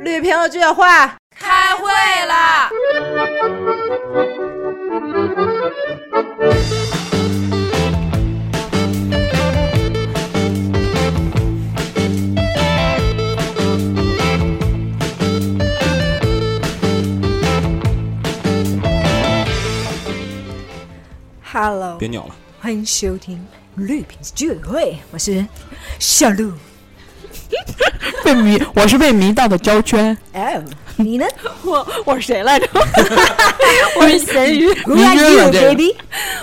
绿瓶子居委会开会啦！ Hello，别鸟了，欢迎收听绿瓶子聚会，我是小鹿。被迷，我是被迷到的胶圈，哦，你呢我我是谁 来着？我是咸鱼， ？Who are 你约 you, 了这个 baby？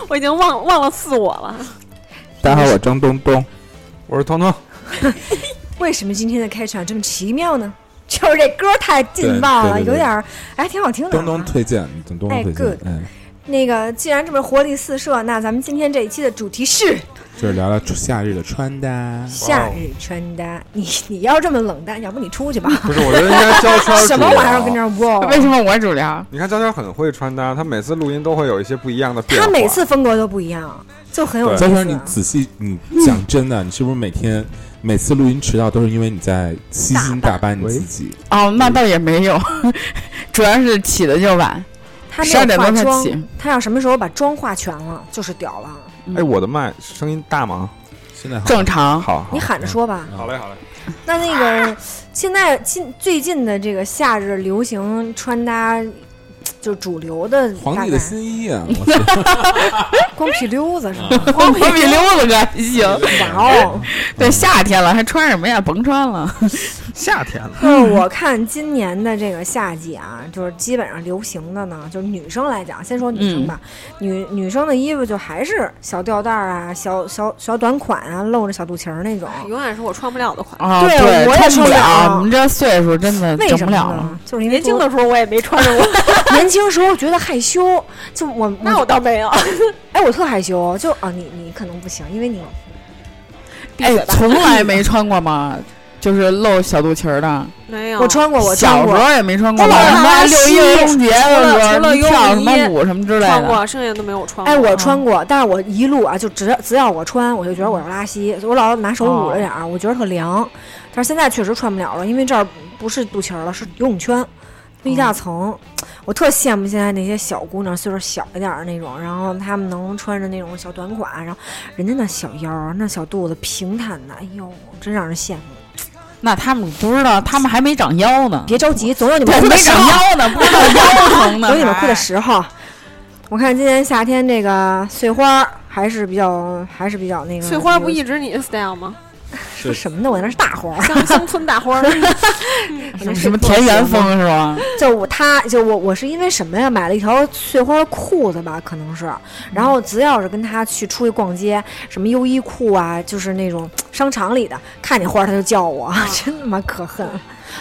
我已经忘忘了自我了。大家好，我张东东，我是彤彤。为什么今天的开场这么奇妙呢？就是这歌太劲爆了，对对对对有点儿哎，挺好听的、啊。东东推荐，东东哎推荐 good，嗯，那个，既然这么活力四射，那咱们今天这一期的主题是就是聊聊夏日的穿搭。夏日穿哦搭。你你要这么冷淡，要不你出去 吧？不是，我觉得应该焦圈主什么玩意儿跟这聊儿哇为？什么我主聊？你看焦圈很会穿搭，他每次录音都会有一些不一样的变化。他每次风格都不一样，就很有意娇思圈，你仔细，你讲真的，你是不是每天每次录音迟到都是因为你在悉心打扮你自己？哦，那倒也没有， 主要是起的就晚，他十二没点有多化才妆，起。他要什么时候把妆化全了，就是屌了。哎，我的麦声音大吗？现在好正常，好，好你喊着说吧。好嘞，好嘞。那那个现在近最近的这个夏日流行穿搭，就主流的皇帝的大概新衣啊，我是光屁溜子是吧？ 光屁溜子哥行。哇哦！对，夏天了还穿什么呀？甭穿了。夏天了，就是我看今年的这个夏季啊，就是基本上流行的呢，就是女生来讲，先说女生吧，女女生的衣服就还是小吊带儿啊、小小小短款啊，露着小肚脐儿那种。永远是我穿不了的款。哦，对我也穿受不了了。我们这岁数真的为整什不么了了。呢？就是因为年轻的多时候我也没穿着 过，年轻时候觉得害羞，就我那我倒没有。哎，我特害羞，就啊，你你可能不行，因为你哎，从来没穿过吗？就是露小肚脐儿的，没有，我穿过，我穿小时过，候也没穿过我吧。老什么拉六一儿童节的时候，除了你跳什除了么泳衣舞什么之类穿的，过，剩下都没有穿过。哎，我穿过，但是我一路啊，就只只要我穿，我就觉得我是拉稀，我老拿手捂着点儿，我觉得特凉。但是现在确实穿不了了，因为这儿不是肚脐儿了，是游泳圈，就一大层。我特羡慕现在那些小姑娘，岁数小一点儿那种，然后她们能穿着那种小短款，然后人家那小腰儿、那小肚子平坦的，哎呦，真让人羡慕。那他们不知道，他们还没长腰呢。别着急，总 有你们对，哭的没时长候。腰呢，不知道腰疼呢。有你们哭的还时候。我看今年夏天这个碎花儿还是比较，还是比较那个。碎花不一直你的 style 吗？说什么呢？我那是大花儿，乡乡村 大花儿，哎什么什么田园风是吧？就我他就我我是因为什么呀？买了一条碎花的裤子吧，可能是。然后只要是跟他去出去逛街，什么优衣库啊，就是那种商场里的，看见花儿他就叫我， 真他妈可恨。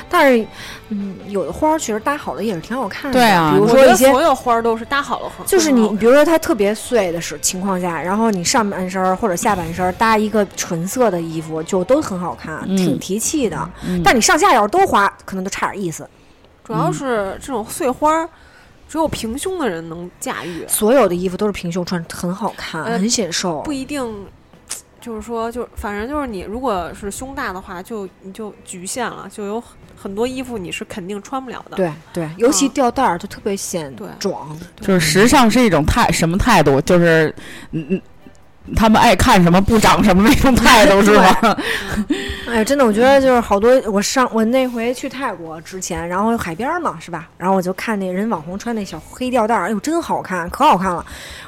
但是，嗯，有的花儿确实搭好了也是挺好看的，对啊比如我说觉得一些所有花儿都是搭好了花儿，嗯就是你，比如说它特别碎的时情况下，然后你上半身儿或者下半身儿搭一个纯色的衣服，就都很好看，嗯挺提气的。嗯但你上下要是都花，可能就差点意思。主要嗯是这种碎花儿，只有平胸的人能驾驭，所有的衣服都是平胸穿，很好看，呃很显瘦。不一定。就是说，就反正就是你，如果是胸大的话，就你就局限了，就有很很多衣服你是肯定穿不了的。嗯对对，尤其吊带儿就特别显对壮。就是时尚是一种态，什么态度？就是嗯嗯，他们爱看什么不长什么那种态度是 吧？哎，真的，我觉得就是好多，我上我那回去泰国之前，然后海边儿嘛，是吧？然后我就看那人网红穿那小黑吊带儿，哎呦，真好看，可好看了。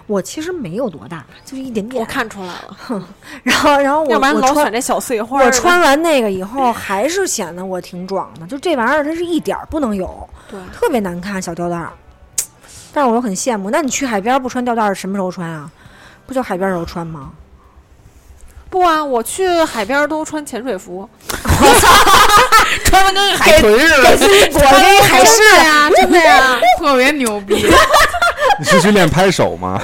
我其实没有多大，就是一点点。我，看出来了， 然后然后我要不然我老穿选这小碎花儿我呢。穿完那个以后，还是显得我挺壮的。就这玩意儿，它是一点儿不能有，对，特别难看，小吊带儿。但是我又很羡慕。那你去海边不穿吊带儿，什么时候穿啊？不就海边时候穿吗？ 不啊，我去海边儿都穿潜水服，穿的跟海豚似的，我这还是真的呀，啊真的 呀，特别牛逼。你是去练拍手吗？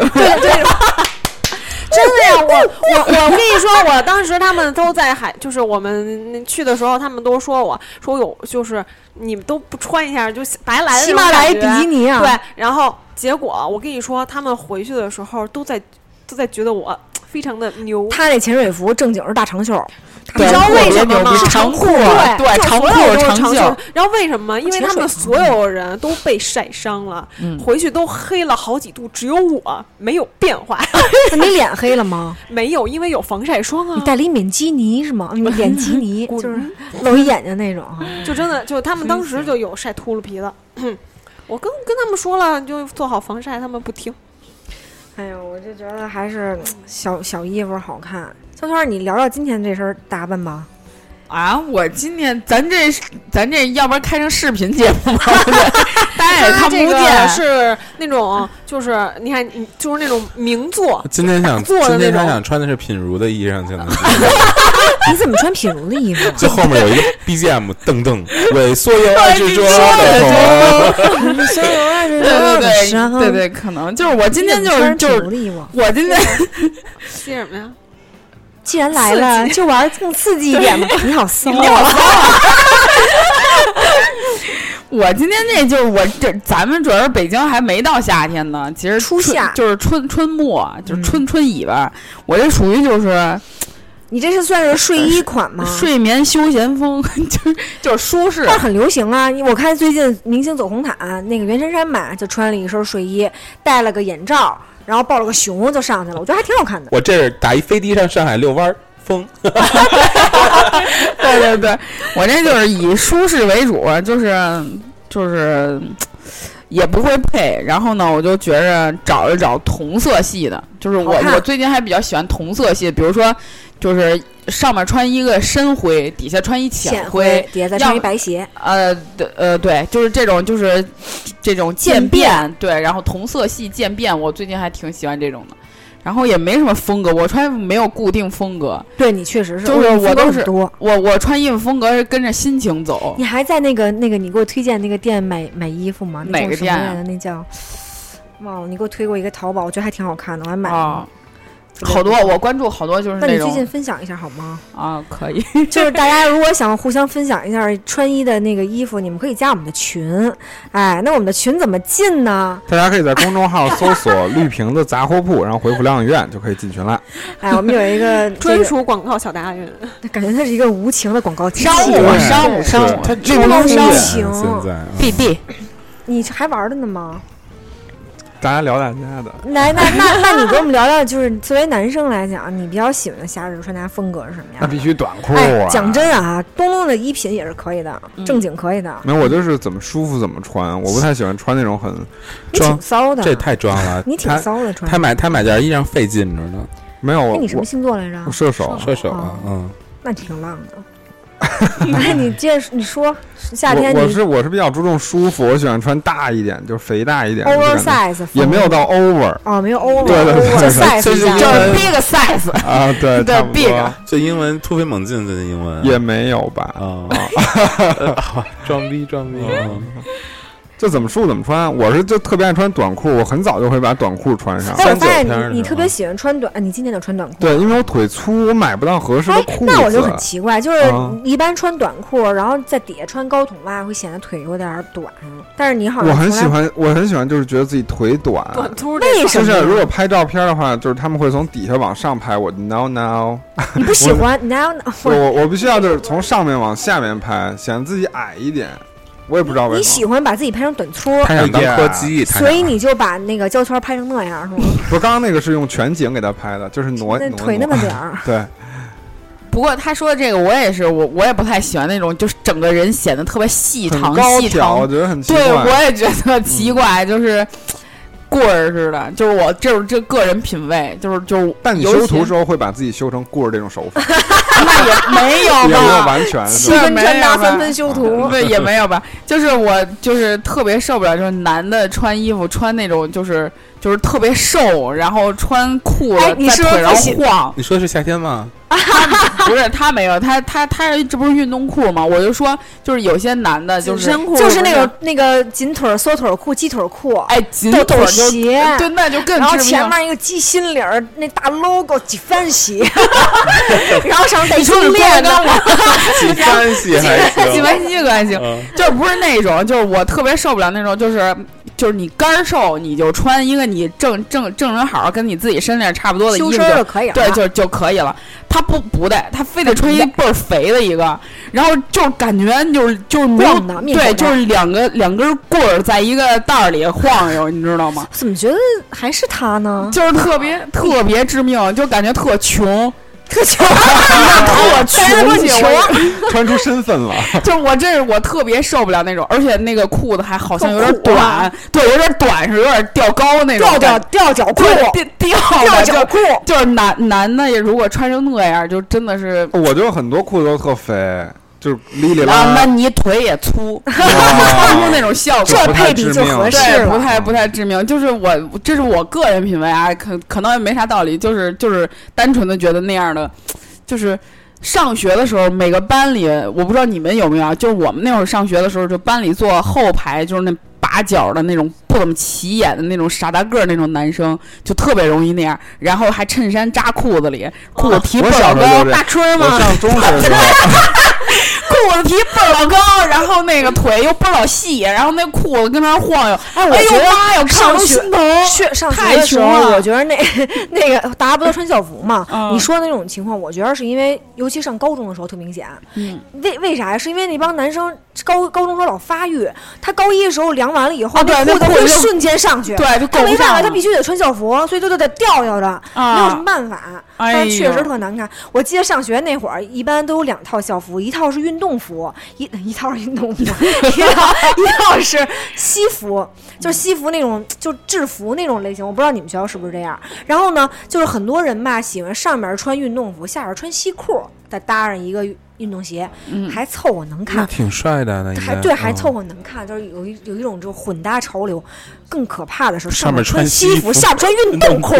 真的呀！我我我跟你说，我当时他们都在海，就是我们去的时候，他们都说我说有，就是你们都不穿一下就白来的喜那种马拉雅感比觉基尼啊！对，然后结果我跟你说，他们回去的时候都在都在觉得我非常的牛。他那潜水服正经是大长袖，对你知道特别为什么牛逼吗？长裤对对就长所裤有都是长长袖。然后为什么？因为他们所有人都被晒伤了，嗯回去都黑了好几度，只有我没有变化， 那你脸黑了 吗？没有，因为有防晒霜你啊。戴了一敏基尼是吗？你脸基 尼滚就是露一眼睛那种哈。就真的就他们当时就有晒秃噜皮的。我跟跟他们说了，你就做好防晒，他们不听。哎呦，我就觉得还是小小衣服好看。肖圈，你聊聊今天这身打扮吧。啊！我今天咱这咱这，要不然开成视频节目 吧，大家也他看不这见个。是那种，就是你看，你就是那种 名作，今天想做的今那天种他想穿的是品如的衣裳，现在 你怎么穿品如的衣服啊？就后面有一个 BGM 噔噔，萎缩腰爱之中对肖柔啊， 这对对对对，可能就是我今天就是就品如是的衣服。我今天吸什么呀？既然来了，就玩更刺激一点吧。 你好 骚啊！我今天这就是我这，咱们主要是北京还没到夏天呢，其实初春夏就是春春末，就是嗯春、春尾巴。我这属于就是你这是算是睡衣款吗？睡眠休闲风， 就是就是 舒适但。是很流行啊！你我看最近明星走红毯，那个袁姗姗嘛，就穿了一身睡衣，戴了个眼罩，然后抱了个熊就上去了，我觉得还挺好看的。我这是打一飞的上上海遛弯儿，风 对对对，我这就是以舒适为主，就是就是也不会配。然后呢，我就觉着找一找同色系的，就是我好看我最近还比较喜欢同色系，比如说就是上面穿一个深灰，底下穿一浅灰灰，底下再要穿一白鞋，呃，对，呃，对，就是这种，就是这种渐变，对，然后同色系渐变，我最近还挺喜欢这种的。然后也没什么风格，我穿衣服没有固定风格，对你确实是，就是我我都很是多。我我穿衣服风格是跟着心情走你。还在那个那个你给我推荐那个店买买衣服吗？那叫哪个什么店啊来着？那叫忘了。你给我推过一个淘宝，我觉得还挺好看的，我还买啊了。，好多我关注好多就是那你最种近分享一下好吗？啊，可以，就是大家如果想互相分享一下穿衣的那个衣服，你们可以加我们的群。哎，那我们的群怎么进呢？大家可以在公众号搜索“绿瓶子杂货铺”，然后回复“疗养院”就可以进群了。哎，我们有一个专这属广告小达人，个感觉它是一个无情的广告机器 商务人对商务商务他这个东西现行在啊 B B，你还玩的呢吗？大家聊大家的，来，那那那你给我们聊聊，就是作为男生来讲，你比较喜欢的夏日穿搭风格是什么样的？那必须短裤哎啊！，讲，真啊，东东的衣品也是可以的，嗯正经可以的，没有我就是怎么舒服怎么穿，我不太喜欢穿那种很你装挺骚的，这太装了，你挺他骚啊的穿。他买他买件衣裳费劲着呢，没有哎，我你什么我星座来着我？射手射手啊，嗯，那挺浪的。那你接着你说，夏天我我你是我是比较注重舒服，我喜欢穿大一点，就是肥大一点的感觉 oversize 也没有到 over 哦，没有 over，对对对就 size 就一是下就这是嗯 big size，啊， 对对差不 big 多这英文突飞猛进，这英文也没有吧，啊， 嗯装逼装逼，哦就怎么舒服怎么穿。我是就特别爱穿短裤，我很早就会把短裤穿上。但我三九发现片儿你你是特吧别喜欢穿短，啊你今年就穿短裤。对，因为我腿粗，我买不到合适的哎裤，子。那我就很奇怪，就是啊一般穿短裤，然后在底下穿高筒袜，会显得腿有点儿短。但是你好像我很从喜来欢，我很喜欢，就是觉得自己腿短。短秃这为种什就么是呀？如果拍照片的话，就是他们会从底下往上拍，我 no no，你不喜欢，你哪有哪我我必须要就是从上面往下面拍，显得自己矮一点。我也不知道为什么。你喜欢把自己拍成短粗，他想当柯基，他所以想你就把那个胶圈拍成那样，是吗？不是刚刚那个是用全景给他拍的，就是挪那挪腿那挪么点儿，对， 不过他说的这个我也是，我我也不太喜欢那种，就是整个人显得特别细很长高细挑，长我觉得很奇对，怪。我也觉得奇怪，就是棍儿似的，就是我这是这个人品味，就是就是，但你尤修其图时候会把自己修成棍儿这种手法，那也没有也没有吧。完全七是七吧。分穿搭，没有吧三分修图。对，也没有吧，就是我就是特别受不了，就是男的穿衣服穿那种就是就是特别瘦，然后穿裤子、哎你是不是在腿上不喜 晃，你说是夏天吗？不是他没有，他他他这不是运动裤吗？我就说就是有些男的就紧是身裤就是那个那个紧腿儿、缩腿儿裤、鸡腿儿裤，哎紧豆腿豆儿就呃鞋，对，那就更然后致命前面一个鸡心领儿，那大 logo 几番 鞋，然后上带你说是金郭链德子，纲吗？几番戏还 几行，番鸡可还行，嗯就不是那种，就是我特别受不了那种，就是就是你干瘦，你就穿一个你正正正人好跟你自己身量差不多的衣修服就身儿就可以了。对，就就可以了。他不不对，他非得穿一倍儿肥的一个，然后就感觉就是就是没有晃的面对，孔的就是两个两根棍儿在一个袋儿里晃悠，你知道 吗？怎么觉得还是他呢？就是特别特别致命，就感觉特 穷，特穷，特穷你气，穷我穿出身份了， 就是我这是我特别受不了那种，而且那个裤子还好像有点够苦短啊，对，有点短是有点吊高那种吊感脚觉，吊脚裤，对吊吊吊脚裤，就是男男的，如果穿成那样，就真的是我就很多裤子都特肥，就是哩哩啊，那啦啦，你腿也 粗，穿穿出那种效果这。不太配比致就命合适对，了哦不太不太致命，就是我，这是我个人品味啊，可可能也没啥道理，就是就是单纯的觉得那样的，就是上学的时候，每个班里，我不知道你们有没有啊，就是我们那会儿上学的时候，就班里坐后排，就是那拔脚的那种不怎么起眼的那种傻大个儿那种男生，就特别容易那样，然后还衬衫扎裤子里，裤子提哦我倍小儿时高候，就这样。春我上中学的时候，裤子提倍儿老高，然后那个腿又倍儿老细，然后那裤子跟那儿晃悠，哎，我哎呦觉得。妈呀，看上着学心疼。去上哦太学的时穷候，了我觉得那那个大家不都穿校服嘛？嗯你说的那种情况，我觉得是因为，尤其上高中的时候特明显。嗯为为啥呀？是因为那帮男生高高中时候老发育，他高一的时候量完了以后，啊对那裤子那裤会子就瞬间上去。对，就够他没办不法，上了他必须得穿校服，所以就就得吊着的，没有什么啊，办法。哎但确实呦特难看。我记得上学那会儿，一般都有两套校服，一套是运动服，一一套是运动服，一套一套是西服，就是西服那种就制服那种类型。我不知道你们学校是不是这样。然后呢，就是很多人吧，喜欢上面穿运动服，下边穿西裤，再搭上一个运动鞋，嗯还凑合能那看。挺帅的，那应还该对，还嗯凑合能看，就是有一有一种就混搭潮流。更可怕的是上面面穿西西服，服下边 穿运动裤，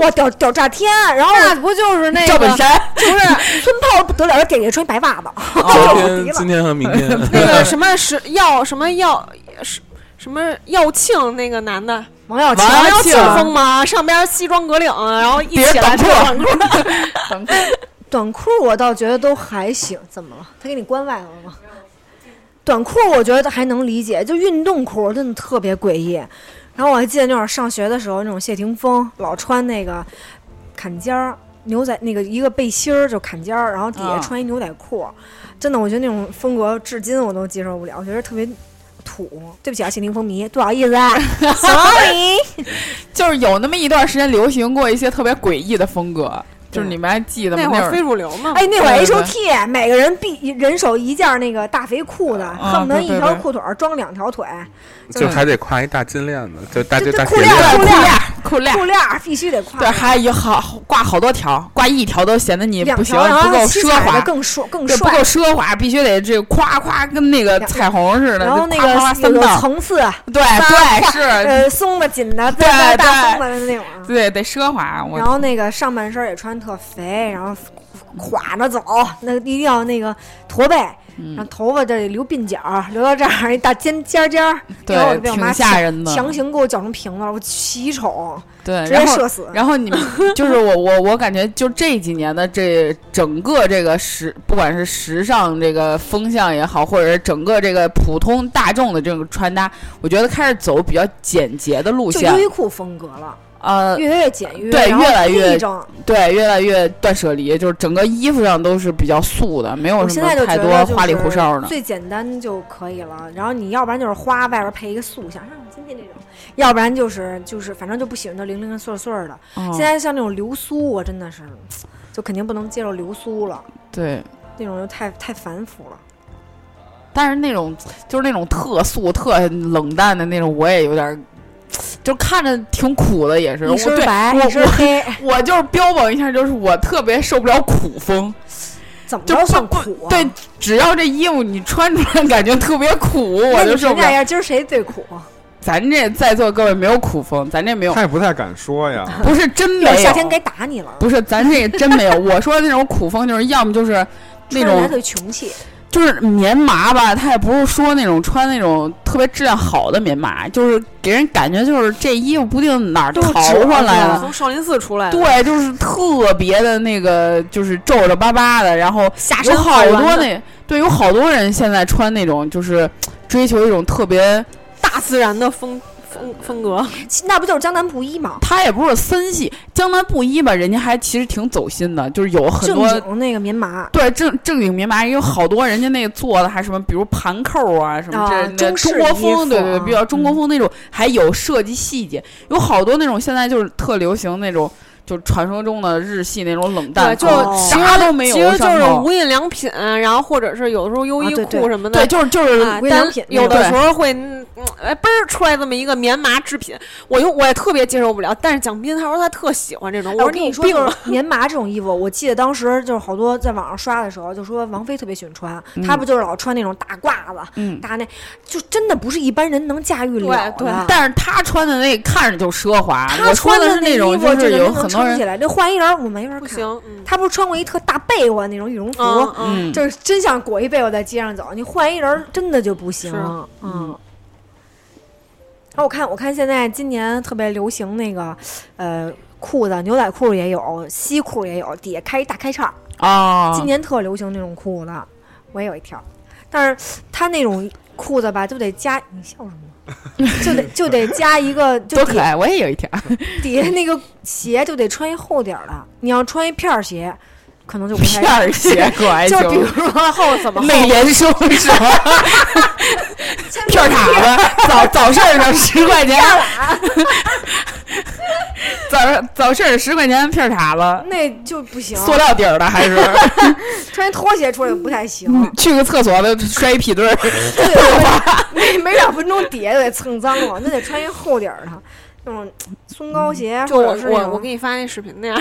哇，屌屌炸天！啊然后那不就是那赵本个山 不 是村炮不得了，给人穿白袜子，昨无敌天、了今天和明天， 那个什么是药什么药是什么药庆那个男的，王耀庆王耀要庆庆风吗？上边西装革领，然后一别起来短裤就短裤，短裤我倒觉得都还行，怎么了？他给你关外头了吗？短裤我觉得还能理解，就运动裤真的特别诡异。然后我还记得那会儿上学的时候，那种谢霆锋老穿那个坎肩儿牛仔，那个一个背心儿就坎肩儿，然后底下啊穿一牛仔裤，真的我觉得那种风格至今我都接受不了，我觉得特别土。对不起啊，谢霆锋迷，不好意思啊，sorry。就是有那么一段时间流行过一些特别诡异的风格，就是对你们还记得吗？那那会儿非主流嘛。哎，那会儿嗯对对啊 HOT 每个人必人手一件那个大肥裤子，恨不得对一对条对裤腿儿装两条腿，对就还得挎一大金链子，就大这就这大裤铁链链子对儿裤裤链链儿儿裤链儿裤链儿必须得挎。对，还有好挂好多条，挂一条都显得你两不行，条，然不后够让七奢彩的华，更帅更对，不够帅。奢华，必须得这夸夸跟那个两彩虹似的，然后就那夸夸个有夸三有道，层次，对对是，呃，松的紧的，对大大对松的那种啊。对得奢华，我然后那个上半身也穿特肥，然后垮着走，那一定要那个驼背，嗯然后头发这里留鬓角，留到这儿一大尖尖尖儿。对然后我被我挺妈吓强人的强行给我绞成平了，我奇丑，对，直哎然接后射死。然后你们就是我，我我感觉就这几年的这整个这个时，不管是时尚这个风向也好，或者是整个这个普通大众的这种穿搭，我觉得开始走比较简洁的路就线，优衣库风格了，呃，越来越简约，对然后越来越立正。对，越来越断舍离，就是整个衣服上都是比较素的，没有我什现么在就太觉多得花里胡哨的。最简单就可以了。然后你要不然就是花，外边配一个素，像像我今天这种；要不然就是就是，反正就不喜欢那零零碎碎的。嗯现在像那种流苏，我真的是，就肯定不能接受流苏了，对，那种就太太繁复了。但是那种就是那种特素、特冷淡的那种，我也有点儿，就看着挺苦的，也是。一我身对白，我一身我黑，我就是标榜一下，就是我特别受不了苦风，怎么就着不算不苦啊？对，只要这衣服你穿出来感觉特别苦，那我你就受评不价一了。下今儿谁最苦？啊咱这在座各位没有苦风，咱这 没有他，也不太敢说呀。不是真一会儿没夏天该有，打你了。不是咱这真没有。我说的那种苦风，就是要么就是那 穿着还种特穷气，就是棉麻吧，它也不是说那种穿那种特别质量好的棉麻，就是给人感觉就是这衣服不定哪儿都是淘纸换来的，从少林寺出来的，对，就是特别的那个，就是皱皱巴巴的，然后下有身好环多的那对，有好多人现在穿那种就是追求一种特别大自然的风风风格，其那不就是江南布衣吗？他也不是森系，江南布衣吧，人家还其实挺走心的，就是有很正多经那个棉麻，对正正经棉麻，也有好多人家那个做的还什么，比如盘扣啊什么啊这、中式中国风，衣服对对对，啊比较中国风那种，还有设计细节，有好多那种现在就是特流行那种，就是传说中的日系那种冷淡对，风，就哦其啥实都没有其实就上是头无印良品，然后或者是有的时候优啊衣对对库什么的，对，就是就是、啊无印单良品那有种对的时候会，嗯，哎，嘣儿出来这么一个棉麻制品，我又我也特别接受不了。但是蒋斌他说他特喜欢这种，哎说跟你你有说，病就吧？ 是棉麻这种衣服，我记得当时就是好多在网上刷的时候，就说王菲特别喜欢穿，她不就是老穿那种大褂子、嗯。大那，就真的不是一般人能驾驭了的。对对但是他穿的那看着就奢华，她我说穿的的是那衣种服，就这是个有人能很多撑起人，来，这换一人我没法不看。行，嗯，她不是穿过一特大被窝那种羽绒服，嗯嗯，嗯，就是真想裹一被窝在街上走，你换一人真的就不行。是啊嗯。然后我看，我看现在今年特别流行那个，呃，裤子，牛仔裤也有，西裤也有，底下开一大开叉。啊，今年特流行这种裤子，我也有一条，但是它那种裤子吧，就得加，你笑什 么？就得就得加一个，就多底可爱，我也有一条，底下那个鞋就得穿一厚底儿的，你要穿一片儿鞋，可 能就不太 片儿鞋可爱就比如熊，说后怎么美联收是吧？ 片儿塔子，早早市儿上十块钱， 早早市儿十块钱片儿塔子， 那就不行，塑料底儿的 还是穿一拖鞋出来不太行，去个厕所的摔一屁 墩儿，就得没没两分钟底下就得蹭脏了， 那得穿一厚底儿的，那种松糕鞋嗯就或我者是那我我种给你发那视频那样，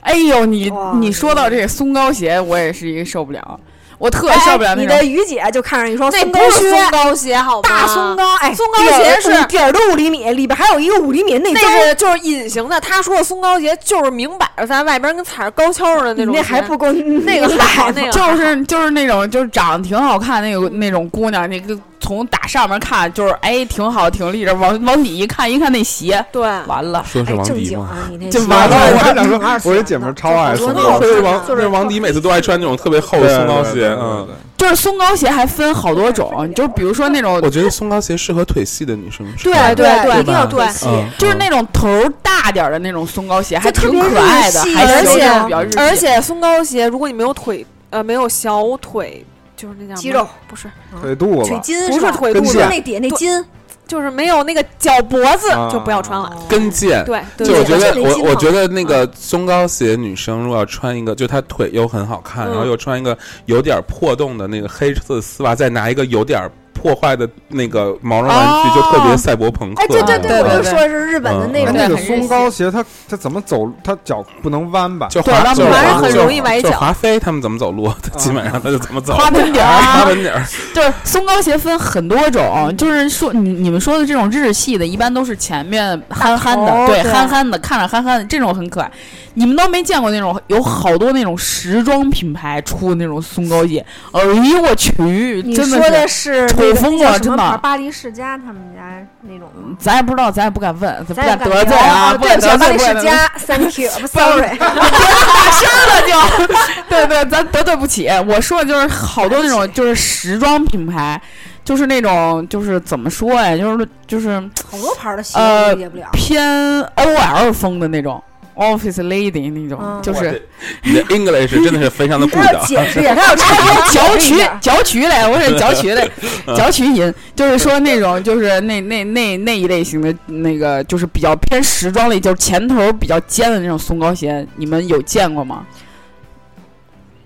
哎呦，你哇你说到这个松糕鞋，我也是一个受不了，我特哎受不了那你种的于姐就看上一双那松不糕是靴，啊松糕鞋，好吧？大松糕，哎，松糕鞋是底儿底儿都五厘米，里边还有一个五厘米内那脏，是就是隐形的，他说的松糕鞋就是明摆着在外边跟踩着高跷的那种你鞋，那还不够那那个还 好，那个就还好是就是那种就是长得挺好看那个那种姑娘，那个从打上面看就是哎挺好挺立着，往往底一看一看那鞋，对。完了，说是哎王正迪经吗？啊，你那就鞋完了二我还想十说二十我这元姐们儿的超爱就好松多糕那鞋种是的王，就是王迪每次都爱穿那种特别厚的松糕鞋，嗯。，就是松糕鞋还分好多种，就是比如说那种我觉得松糕鞋适合腿细的女生，是吧对对对一定要对吧腿细嗯就是那种头儿大点儿的那种松糕鞋，还就特挺别可爱的日，系还是而且有点比较日系而且松糕鞋，如果你没有腿呃没有小腿，就是那叫什么肌肉，不是腿肚子腿筋不是吧腿跟肚就子是腱，那底下那对筋，就是没有那个脚脖子啊就不要穿了。嗯跟腱。对，对就我对觉对得对对我我觉得那个松糕鞋女生如果要穿一个，就她腿又很好看，嗯然后又穿一个有点破洞的那个黑色的丝袜，再拿一个有点破坏的那个毛绒玩具，哦就特别赛博朋克。啊哎，对对对我就对对说是日本的嗯那哎种对那个很日松系糕鞋，它它怎么走？它脚不能弯吧？就对华他们就反华正很容易崴就脚。华妃他们怎么走路，基本上他就怎么走。花盆底 儿花啊，盆底儿，就是松糕鞋分很多种，嗯就是说你你们说的这种日系的，一般都是前面憨憨大头的，儿对，对憨憨的，看着憨憨的，这种很可爱。你们都没见过那种有好多那种时装品牌出那种松糕鞋，哎呦我去，你真说的的是，是那腿个疯那叫了什真么的牌儿巴黎世家他们家那种吗？咱也不知道，咱也不敢问，咱不咱也敢敢得罪聊啊，不对敢不起，巴得罪，黎世不敢得罪。家，Thank you，Sorry， 大声了就，对对，咱得罪不起。我说的就是好多那种就是时装品牌，就是那种就是怎么说呀，就是就是好多牌儿的鞋我呃理解不了。偏 OL 风的那种 office lady 那种，嗯就是你的 English 真的是非 常的固他要的。解 释一下，他要拆嚼解释曲一下嚼曲嘞，我是嚼曲嘞，嚼曲音，就是说那种就是那那那那一类型的那个就是比较偏时装类，就是前头比较尖的那种松糕鞋，你们有见过吗？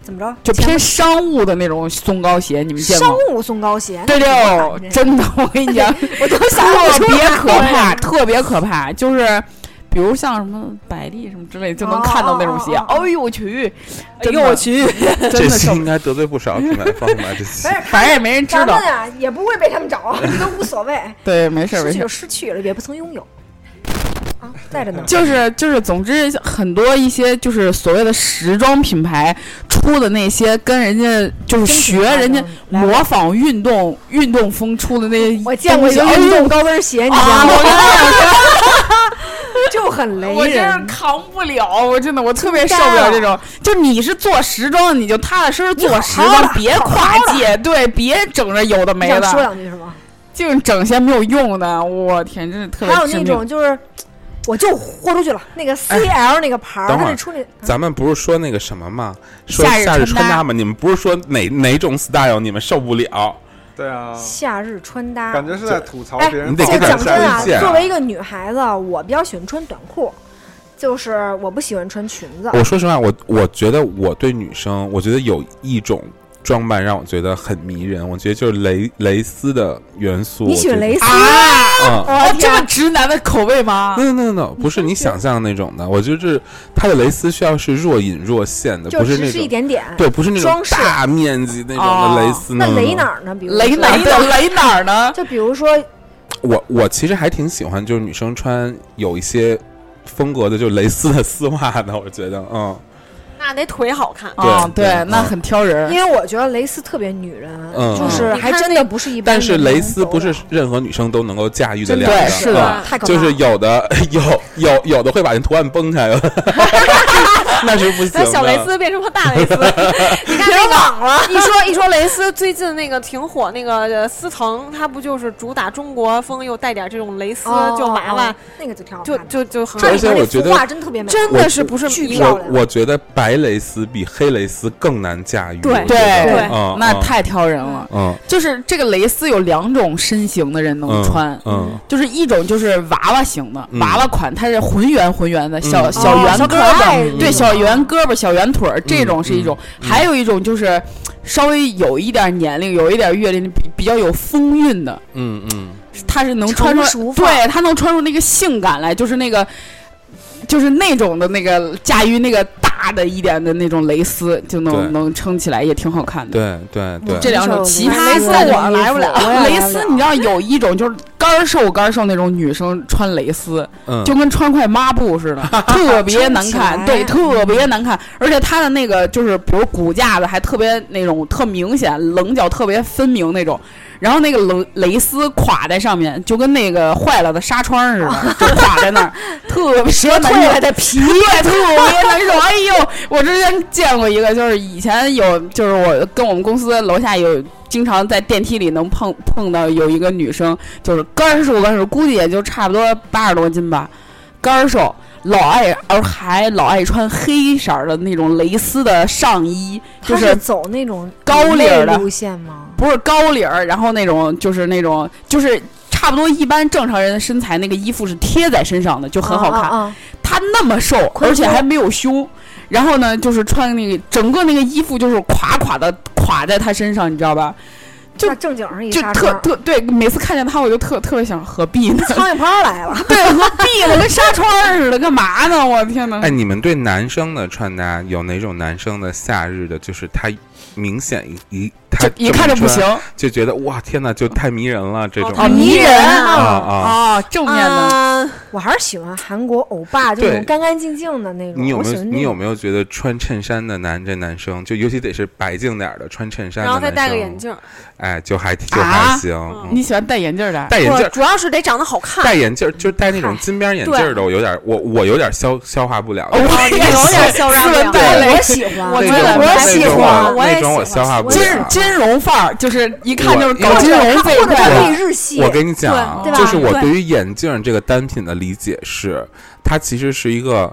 怎么着？就前偏商务的那种松糕鞋，你们见过商吗？务松糕鞋，对那对，哎你真的，我跟你 讲，我都想不特出别来 可怕，特别可怕，就是。比如像什么百丽什么之类，就能看到那种鞋。哦哦哦哦哎呦我去！哎呦我去！真这的期受不应了，该得罪不少品牌方吧？这期不是反正也没人知咱道们。呀也不会被他们 找，都无所谓，对，没事儿失没去事就儿，失去了，也不曾拥有。啊，在着呢。就是就是，总之很多一些就是所谓的时装品牌出的那些，跟人家就是学人家模仿运动运动风出的那些东西，我见过一个哎呦运动高跟鞋，你知啊道吗？我跟你讲就很 我雷真是人。扛不了，我真的我特别受不了这种。就你是做时装，你就踏踏实实做时你好装好，的别跨界，对，别整着有的没你想说的。两句是吗？净整些没有用的，我天，真是特别哎还有致那命种就是，我就豁出去了，那个 CL 那个牌儿，等会他儿得出那嗯咱们不是说那个什么吗？说夏日夏日穿搭穿搭吗？你们不是说哪哪种 style 你们受不了？对啊，夏日穿搭。感觉是在吐槽哎别人。你得就给讲点真下啊意见，作为一个女孩子，我比较喜欢穿短裤，就是我不喜欢穿裙子。我说实话，我我觉得我对女生，我觉得有一种装扮让我觉得很迷人，我觉得就是蕾蕾丝的元素。你喜欢蕾丝？丝？嗯。我哦的啊哦嗯这么天，直男的口味吗？ no no no，不是你想象的那种的，我就是它的蕾丝需要是若隐若现的，就不只那是一种点点。对，嗯不是那种装饰大面积那种哦的蕾丝。那 no，no，no 雷哪？儿呢？比如雷哪雷儿的雷哪儿呢？就比如说，我我其实还挺喜欢，就是女生穿有一些风格的，就蕾丝的丝袜的，我觉得，嗯，那得腿好看。对啊，对对，那嗯很挑人。因为我觉得蕾丝特别女人，嗯就是嗯还真的不是一般但人是能走的。蕾丝不是任何女生都能够驾驭得真了的对的，是嗯的太可怕就了。是有的 有有有的会把那图案崩开，有的 那是不行那的。小蕾丝变成了大蕾丝，你看那网了。一说一说蕾丝，最近那个挺火，那个呃丝藤，它不就是主打中国风，又带点这种蕾丝，哦就娃哦娃，那个就挺好看就的。就就很这它而里且面那我觉幅得画真特别美，真的是不是巨迷漂我亮我觉得白蕾丝比黑蕾丝更难驾驭。对我觉得对对嗯，那嗯太挑人了。嗯就是这个蕾丝有两种身形的人能嗯穿，嗯就是一种就是娃娃型的嗯娃娃款，它是浑圆浑圆的小嗯小哦圆小胳可爱膊，对嗯小圆胳膊、小圆腿儿这种是一种，嗯还有一种就是稍微有一点年龄、有一点阅历、比比较有风韵的，嗯嗯，他是能穿成熟出，范对他能穿出那个性感来，就是那个，就是那种的那个驾驭那个大的一点的那种蕾丝，就对能能撑起来，也挺好看的。对对对，这两种，我其没他见过的就我来不了我也来不蕾丝了你知道有一种就是干儿瘦干儿瘦那种女生穿蕾丝，嗯就跟穿块抹布似的，特别难看，撑起来对，特别难看。而且它的那个就是，比如骨架子还特别那种特明显，棱角特别分明那种。然后那个蕾蕾丝垮在上面，就跟那个坏了的纱窗似的，就垮在那儿，特别难蜕受了。的皮，对，特别难受。哎呦，我之前见过一个，就是以前有，就是我跟我们公司楼下有，经常在电梯里能碰碰到有一个女生，就是干儿瘦干儿瘦，估计也就差不多八十多斤吧，干儿瘦。老爱，而还老爱穿黑色儿的那种蕾丝的上衣，就它是走那种高领儿的路线吗？不是高领儿，然后那种就是那种就是差不多一般正常人的身材，那个衣服是贴在身上的，就很好看。啊啊啊她那么瘦，宽而且胸还没有胸，然后呢，就是穿那个整个那个衣服就是垮垮的垮在她身上，你知道吧？就那正经是一就纱特窗特对，每次看见她我就特特别想何必 呢？苍蝇拍儿来了，啊对，何必呢？跟纱窗似的，干嘛呢？我天哪！哎，你们对男生的穿搭有哪种男生的夏日的，就是他明显一一他就一看就这么不穿行，哦就觉得哇天哪，就太迷人了这种好迷迷人啊啊！啊！哦，正面的，啊，我还是喜欢韩国欧巴，就那种对干干净净的那种。你有我没喜有欢你有那种没有觉得穿衬衫的男这男生，就尤其得是白净点儿的穿衬衫，然后再戴个眼，镜儿，哎，就还就还啊行。嗯嗯你喜欢戴眼镜儿的？戴眼不镜儿，主要是得长得好看。戴眼镜儿就是戴那种嗨金边眼镜儿的，我有点我我有点消消化不了。哦哦你有点消化不了斯文败类我喜欢，我那觉得种我那喜种欢我哎我也那种喜我欢消化不我也金了。金融范儿，就是一看就是搞我金融他这一或者块他儿可的。以日系，我跟你讲，对对吧就是我对对于眼镜这个单品的理解是，它其实是一个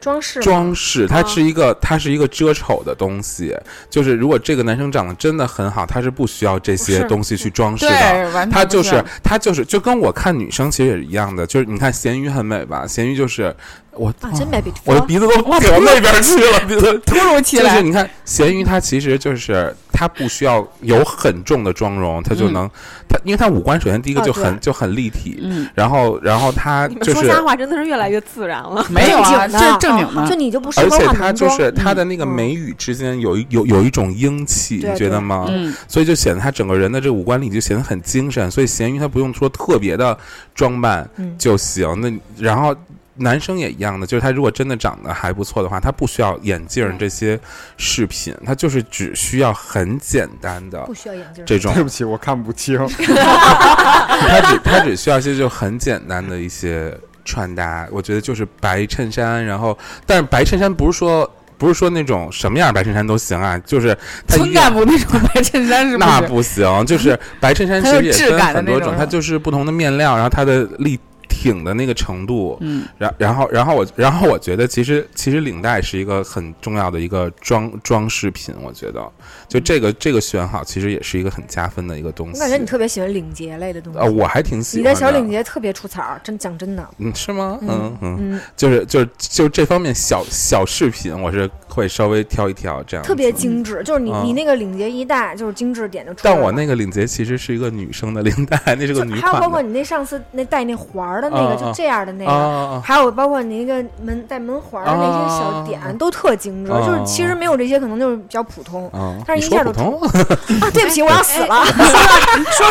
装饰嘛装饰，嗯它是一个它是一个遮丑的东西。就是如果这个男生长得真的很好，他是不需要这些是东西去装饰对的。，完全他嗯不就是他就是就跟我看女生其实也是一样的，就是你看咸鱼很美吧，咸鱼就是我啊，真哦没比我的鼻子都顶到那边去了，鼻子突如其就是来，你看，咸鱼它其实就是它不需要有很重的妆容，它就能，它因为它五官首先第一个啊就很、对就很立体，嗯，然后然后它你们就说是，瞎话真的是越来越自然了。没有啊，正经的哦这是正经就的。你就不适而合且化它浓就妆。是它的那个眉宇之间有一有有一种英气，对你觉得对吗？嗯，所以就显得他整个人的这五官里就显得很精神，所以咸鱼他不用说特别的装扮嗯就行。那然后男生也一样的，就是他如果真的长得还不错的话，他不需要眼镜儿这些饰品，他就是只需要很简单的不需要眼镜儿，啊这 种对，不起，我看不清。他只他只需要一些就很简单的一些穿搭，我觉得就是白衬衫，然后但是白衬衫不是说。不是说那种什么样的白衬衫都行啊，就是它一村定干部那种白衬衫是不那是？不行，就是白衬衫其实也它有质分感的很多那种啊种，是吧它就是不同的面料，然后它的力挺的那个程度，嗯，然然后然后我然后我觉得其实其实领带是一个很重要的一个装装饰品，我觉得就这个这个选好其实也是一个很加分的一个东我西。感觉你特别喜欢领结类的东西。啊，我还挺喜你欢的小领，结特别出彩儿，真讲真的，嗯，是吗？嗯嗯嗯，嗯，就是就是就这方面小小饰品，我是会稍微挑一挑这样子。特别精致。就是你嗯你那个领结一戴，就是精致点就出来但了。我那个领结其实是一个女生的领带， 那是个就女还有款包括的。你那上次那戴那环儿的那个，啊就啊这样的那啊个。啊哦啊！还有包括你那个门带门环儿的那些小点，啊都特精哦致。啊就是其实没有这些，可能就是比较普 通。啊但你是一说下普就通，啊，对不起，我要死了。说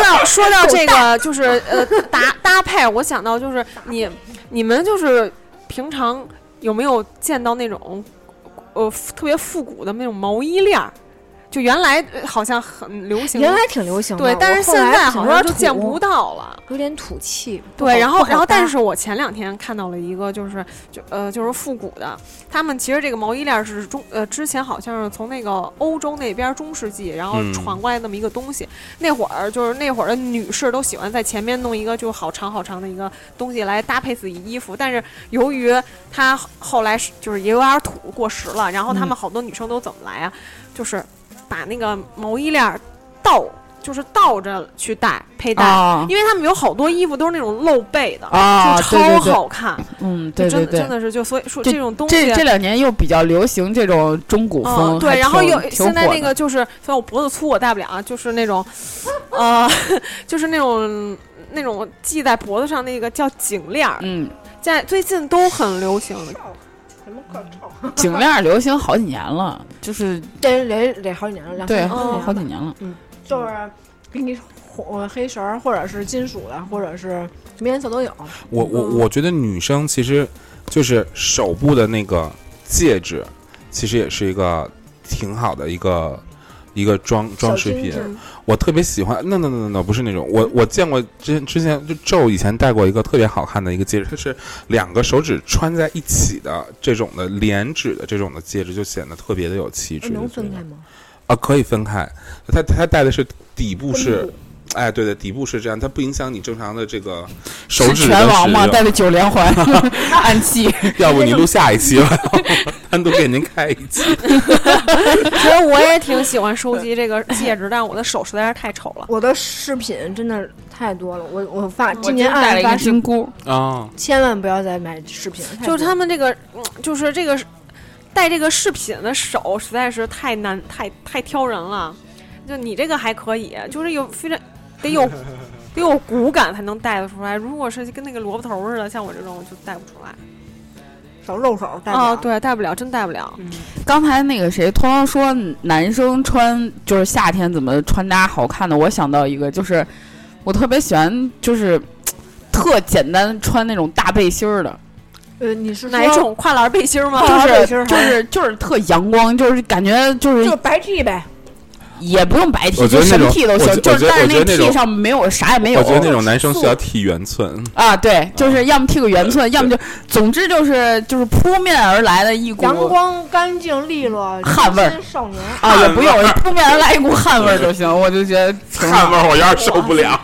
到说到这个，就是呃搭搭配，我想到就是你你们就是平常有没有见到那种呃特别复古的那种毛衣链儿？就原来呃好像很流行，原来挺流行的，对，但是我后现来在挺好有点像就土见不到了。有点土气。不好对，然不后好然后，搭但是我前两天看到了一个，就是就呃，就是复古的，他们其实这个毛衣链儿是中呃之前好像是从那个欧洲那边儿中世纪，然后嗯传过来那么一个东西。那会儿就是那会儿的女士都喜欢在前面弄一个就好长好长的一个东西来搭配自己衣服，但是由于它后后来是就是也有点土过时了，然后嗯他们好多女生都怎么来啊？就是把那个毛衣链儿倒，就是倒着去戴佩哦戴。啊因为他们有好多衣服都是那种露背的，啊，就对对超对，好看，嗯，对对就真的对。真的是就所以说这这种东西这，这两年又比较流行这种中古风，嗯，对，还然后挺又挺现在火那的个就是，虽然我脖子粗我戴不了，啊就是那种，呃， 就是那种那种系在脖子上那个叫颈链儿，嗯，在最近都很流行，颈链儿流行好几年了，就是得得得好几年了，两对，三哦年好了几年了。就是给你红黑绳儿，或者是金属的，或者是什么颜色都有。我我嗯我觉得女生其实就是手部的那个戒指，其实也是一个挺好的一个一个装装饰品。我特别喜欢，no no no no no，不是那种，我我见过之前之前就宙以前戴过一个特别好看的一个戒指，它是两个手指穿在一起的这种的连指的这种的戒指，就显得特别的有气质。哎能就觉得分开吗？啊，可以分开。它它戴的是底部分是布，哎，对的，底部是这样，它不影响你正常的这个手是指拳的王使嘛，用带着九连环， 暗器。 要不你录下一期 吧，单独给您开一期。其实哎我 也挺喜欢收集这个戒指，但是我的手实在是太丑了。我的饰品真的太多了，我我发哦我今年就带二了月一个发誓，金箍， 啊，千万不要再买饰品了，太多就是他了们这个，嗯就是这个戴这个饰品的手实在是太难，太太挑人了。就你这个还可以，就是有非常得有得有骨感才能戴得出来。如果是跟那个萝卜头似的，像我这种就戴不出来。少露手戴啊，表，对，戴不了，嗯真戴不了。 刚才那个谁，通常说男生穿就是夏天怎么穿搭好看的，我想到一个，就是我特别喜欢，就是特简单穿那种大背心儿的，呃，你是哪种跨栏哦背心吗？就背是心儿就是就是特阳光，就是感觉就就是是白 T 呗，也不用白 T，我觉就得什那么种 T 都我行觉，就我是觉得但是我觉得那 T 种上没有啥也没有。我觉得那种男生需要剃圆寸，啊，对，就是要么剃个圆寸，要么就，总之就是就是扑面而来的一股阳光干净利落，汗味儿清新少年。啊，也不用扑面而来 一股汗味儿就行，我就觉得挺好味儿我有点受不了。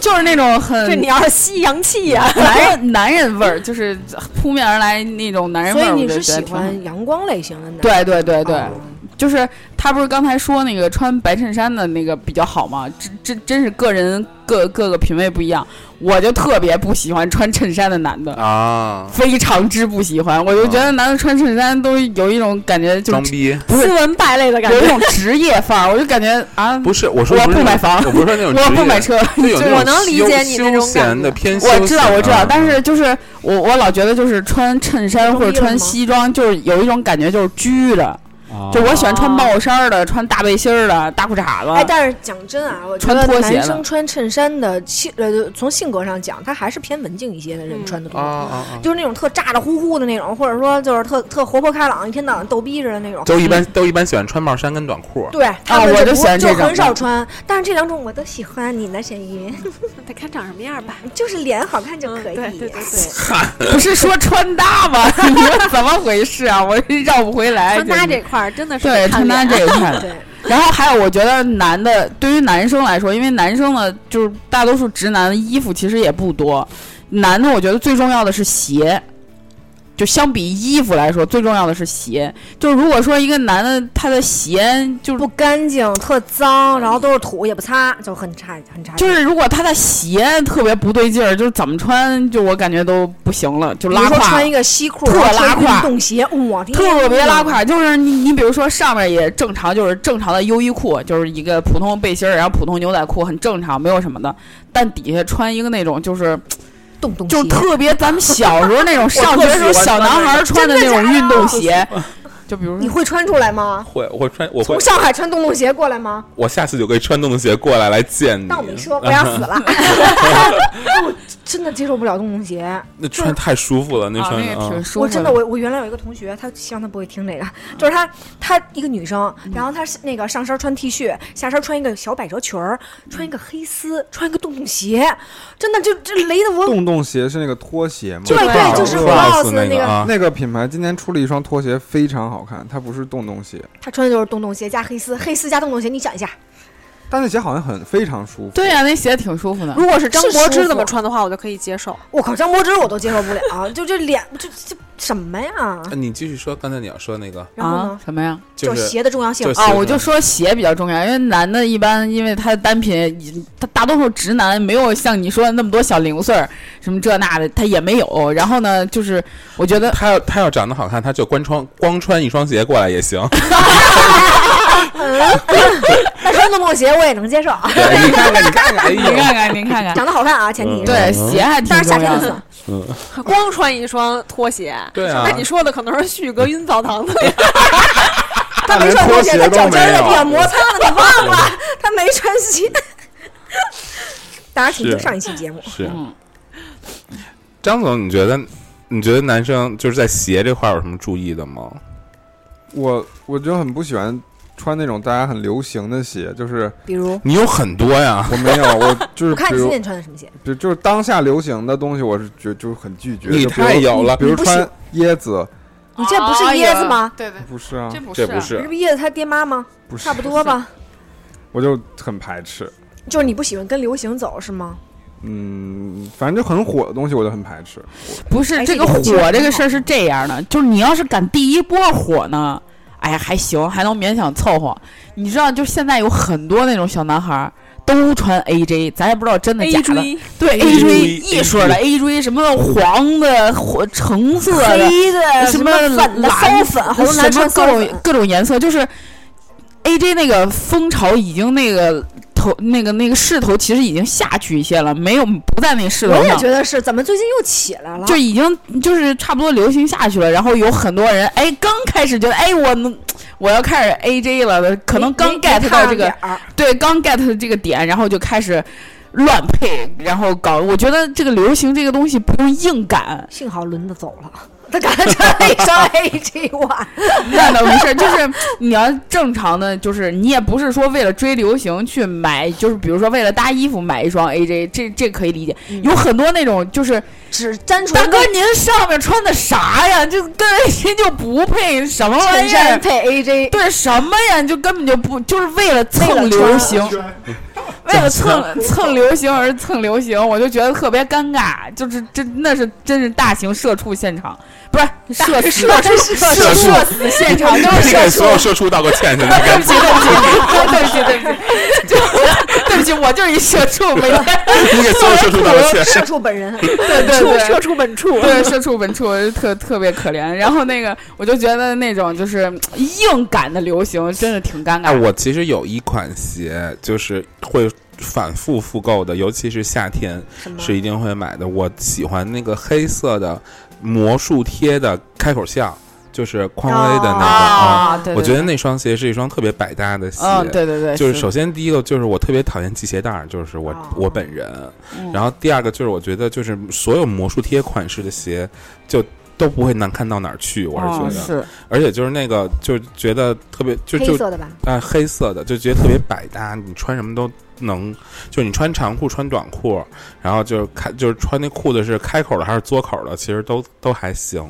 就是那种很这你要是吸阳气呀、男人男人味儿，就是扑面而来那种男人味所以儿，我你就是觉得喜挺好。欢阳光类型的男，对对对对，哦就是他不是刚才说那个穿白衬衫的那个比较好吗？真真真是个人各各个品味不一样，我就特别不喜欢穿衬衫的男的。啊，非常之不喜欢，我就觉得男的穿衬衫都有一种感觉，就哦装是逼不是斯文败类的感有一觉。种职业范儿，我就感觉啊，不是我说我是不那种买房我不是说那种 我职不业买，车，就有那就种我能理休解你那休种感闲的觉偏休闲我啊，知道，我知道，但是就是我我老觉得就是穿衬衫或者穿西装，就是有一种感觉就是拘着，哦啊就我喜欢穿帽衫儿的，穿大背心儿的，大裤衩哎，子。但是讲真啊，我觉穿得拖鞋男了生穿衬衫的性呃，从性格上讲，他还是偏文静一些的人嗯穿的多，哦啊啊啊！就是那种特咋咋呼呼的那种，或者说就是特特活泼开朗，一天到晚逗逼似的那种。都一般都一般喜欢穿帽衫跟短裤。对，他们啊我就就不喜欢就这种很少穿，但是这两种我都喜欢。你呢，沈云？ 得看长什么样吧。 就是脸好看就嗯，可对以。对对对，不是说穿搭 吗？你们怎么回事啊？我绕不回来。穿搭真这是块儿真的是对得看穿搭脸这一啊 块儿，对然后还有，我觉得男的对于男生来说，因为男生呢，就是大多数直男的衣服其实也不多。男的，我觉得最重要的是鞋，就相比衣服来说，最重要的是鞋。就如果说一个男的他的鞋就是不干净，特脏，然后都是土，也不擦，就很差很差劲。就是如果他的鞋特别不对劲儿，就是怎么穿就我感觉都不行了，就比拉如说胯穿一。个西裤，特然后穿拉胯运动鞋，我天，特别拉。胯，就是你你比如说上面也正常，就是正常的优衣库，就是一个普通背心儿，然后普通牛仔裤，很正常，没有什么的。但底下穿一个那种就是洞洞就鞋特别咱们小时候那种上特学时候喜欢小男穿那孩儿穿的那种运动鞋，就比如你说会穿出来吗？会，我穿我会嗯从，上海穿洞洞鞋过来吗？我下次就可以穿洞洞鞋过来来见你。当我没说，我要死 了。 我真的接受不了洞洞鞋，那穿太舒服了，那啊穿那个挺舒服。我真的，我我原来有一个同学，她希望她不会听这个，就是她她一个女生，嗯然后她是那个上身穿 T 恤，下身穿一个小百褶裙儿，穿一个黑丝，穿一个洞洞鞋，真的就这雷的我。洞洞鞋是那个拖鞋吗？就对对，就是 Crocs Cross 那那个个，啊，那个品牌今年出了一双拖鞋，非常好看，它不是洞洞鞋，她穿的就是洞洞鞋加黑丝，黑丝加洞洞鞋，你想一下，但那鞋好像很非常舒服。对呀、那鞋挺舒服的。如果是张是柏舒芝这服么穿的话，我就可以接受。我靠，张柏芝我都接受不了，就这脸，这这什么呀？啊你继续说，刚才你要说那个然后啊呢，，什么呀？就就是鞋的重要性就。啊，鞋我子就说鞋比较重要，因为男的一般，因为他的单品，他大多数直男没有像你说的那么多小零碎儿，什么这那的，他也没有。然后呢，就是我觉得他要他要长得好看，他就光穿光穿一双鞋过来也行。但是洞洞鞋我也能接受，对你看看，你看看，哎 你呦，看看，你看看，长得好看啊，前提是。对鞋还挺但是夏重天要不的行。 光穿一双拖鞋，对啊那你说的可能是旭哥晕澡 堂子里他没穿拖鞋，他脚尖连拖鞋都儿没在有地上摩擦了，你忘了？ 他没穿鞋。大家请听是上一期节目，是嗯张总，你觉得你觉得男生就是在鞋这块儿有什么注意的吗？我我就很不喜欢穿那种大家很流行的鞋，就是 比如你有很多呀，我没有，我就是我看比你今如天穿的什么鞋？就就是当下流行的东西，我是觉就很拒绝。你就比如太有了比如你不喜穿椰子，你这不是哎椰子吗？对对，不是啊，不这不这是不椰子他爹妈吗？不是差，不多吧。我就很排斥。就是你不喜欢跟流行走是吗？嗯，反正就很火的东西，我就很排斥。不是哎这这个个火挺好这个事儿是这样的，就是你要是赶第一波火呢，哎呀还行，还能勉强凑合。你知道，就现在有很多那种小男孩儿都穿 AJ，咱也不知道真的 A 假的。追，对 AJ A 锥一水的 A 锥，什么黄的、黄橙色的、黑的什呃么粉的、骚蓝粉，好多男什穿么各骚种粉。各种颜色，就是 A J 那个风潮已经那个头那个那个势头其实已经下去一些了，没有不在那势头我也上觉。得是，怎么最近又起来了？就已经就是差不多流行下去了，然后有很多人哎，刚开始觉得哎，我能我要开始 AJ 了，可能刚没 get 到这，没看个点儿，对，刚 get 这个点，然后就开始乱配，然后搞。我觉得这个流行这个东西不用硬赶幸好轮子走了，他赶上穿了一 双 AJ 袜。那倒没事儿。就是你要正常的，就是你也不是说为了追流行去买，就是比如说为了搭衣服买一双 AJ，这这可以理解。嗯有很多那种就是只单纯大哥，您上面穿的啥呀？就跟 AJ 就不配，什么玩衬意儿衫？配 AJ，对什么呀？你就根本就不就是为了为蹭了流穿行，为了蹭蹭流行而蹭流行，我就觉得特别尴尬。就是这那是真是大型社畜现场，不是社社社社畜社死现场，都是你给社畜所。有社畜道个歉， 现在对该不起，对不起，对不起，对不起，就对不起，我就是一社畜，每天你给所有社畜道个歉。社畜本人，对 对对，社畜本畜，对，社畜本畜特特别可怜。然后那个，我就觉得那种就是硬赶的流行，真的挺尴哎，尬。我其实有一款鞋，就是会反复复购的，尤其是夏天是一定会买的。我喜欢那个黑色的魔术贴的开口笑，就是匡威的那个啊啊对对我觉得对那双鞋是一双特别百搭的鞋。嗯，对对对，就是是哦首先第一个就是我特别讨厌系鞋带儿，就是我、我本人。嗯然后第二个就是我觉得就是所有魔术贴款式的鞋就都不会难看到哪儿去，我是觉哦得。是而且就是那个就觉得特别就就黑色的吧？啊、黑色的就觉得特别百搭，你穿什么都能，就你穿长裤穿短裤，然后就是开就是穿那裤子是开口的还是嘬口的，其实都都还行。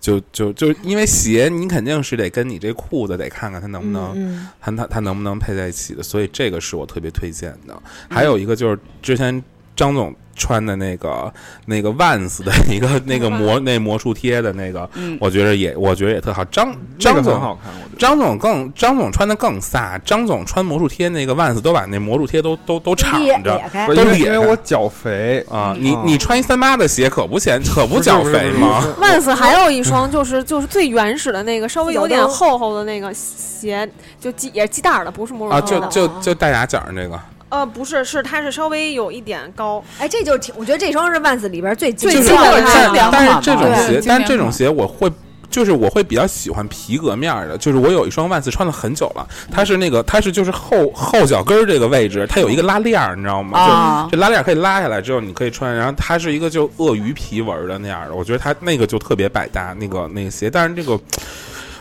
就就就因为鞋，你肯定是得跟你这裤子得看看它能不能，嗯，它它它能不能配在一起的，所以这个是我特别推荐的。还有一个就是之前张总穿的那个那个 Vans 的一个那个魔那魔术贴的那个，嗯我觉得也我觉得也特好。张这张个总很好看，我觉得。张总更张总穿的更飒，张总穿魔术贴那个 Vans 都把那魔术贴都都都敞裂着裂开都因为裂因开为我脚肥，啊！你啊你穿一三八的鞋可不显可不不是剿肥？不是不是不吗？是万斯还有一双就是就是最原始的那个稍微嗯有点有的厚厚的那个鞋，就鸡也是鸡蛋儿的，不是魔术啊，贴就的。就就带俩角儿那个，呃，不是，是它是稍微有一点高，哎，这就是挺，我觉得这双是万斯里边最最经经典的典的款经典款但是嘛这种对鞋经，但是典这种款鞋我会。就是我会比较喜欢皮革面儿的，就是我有一双万斯穿了很久了，它是那个它是就是后后脚跟儿这个位置，它有一个拉链儿，你知道吗？就啊，这拉链可以拉下来之后，你可以穿。然后它是一个就鳄鱼皮纹的那样的，我觉得它那个就特别百搭，那个那个鞋。但是这个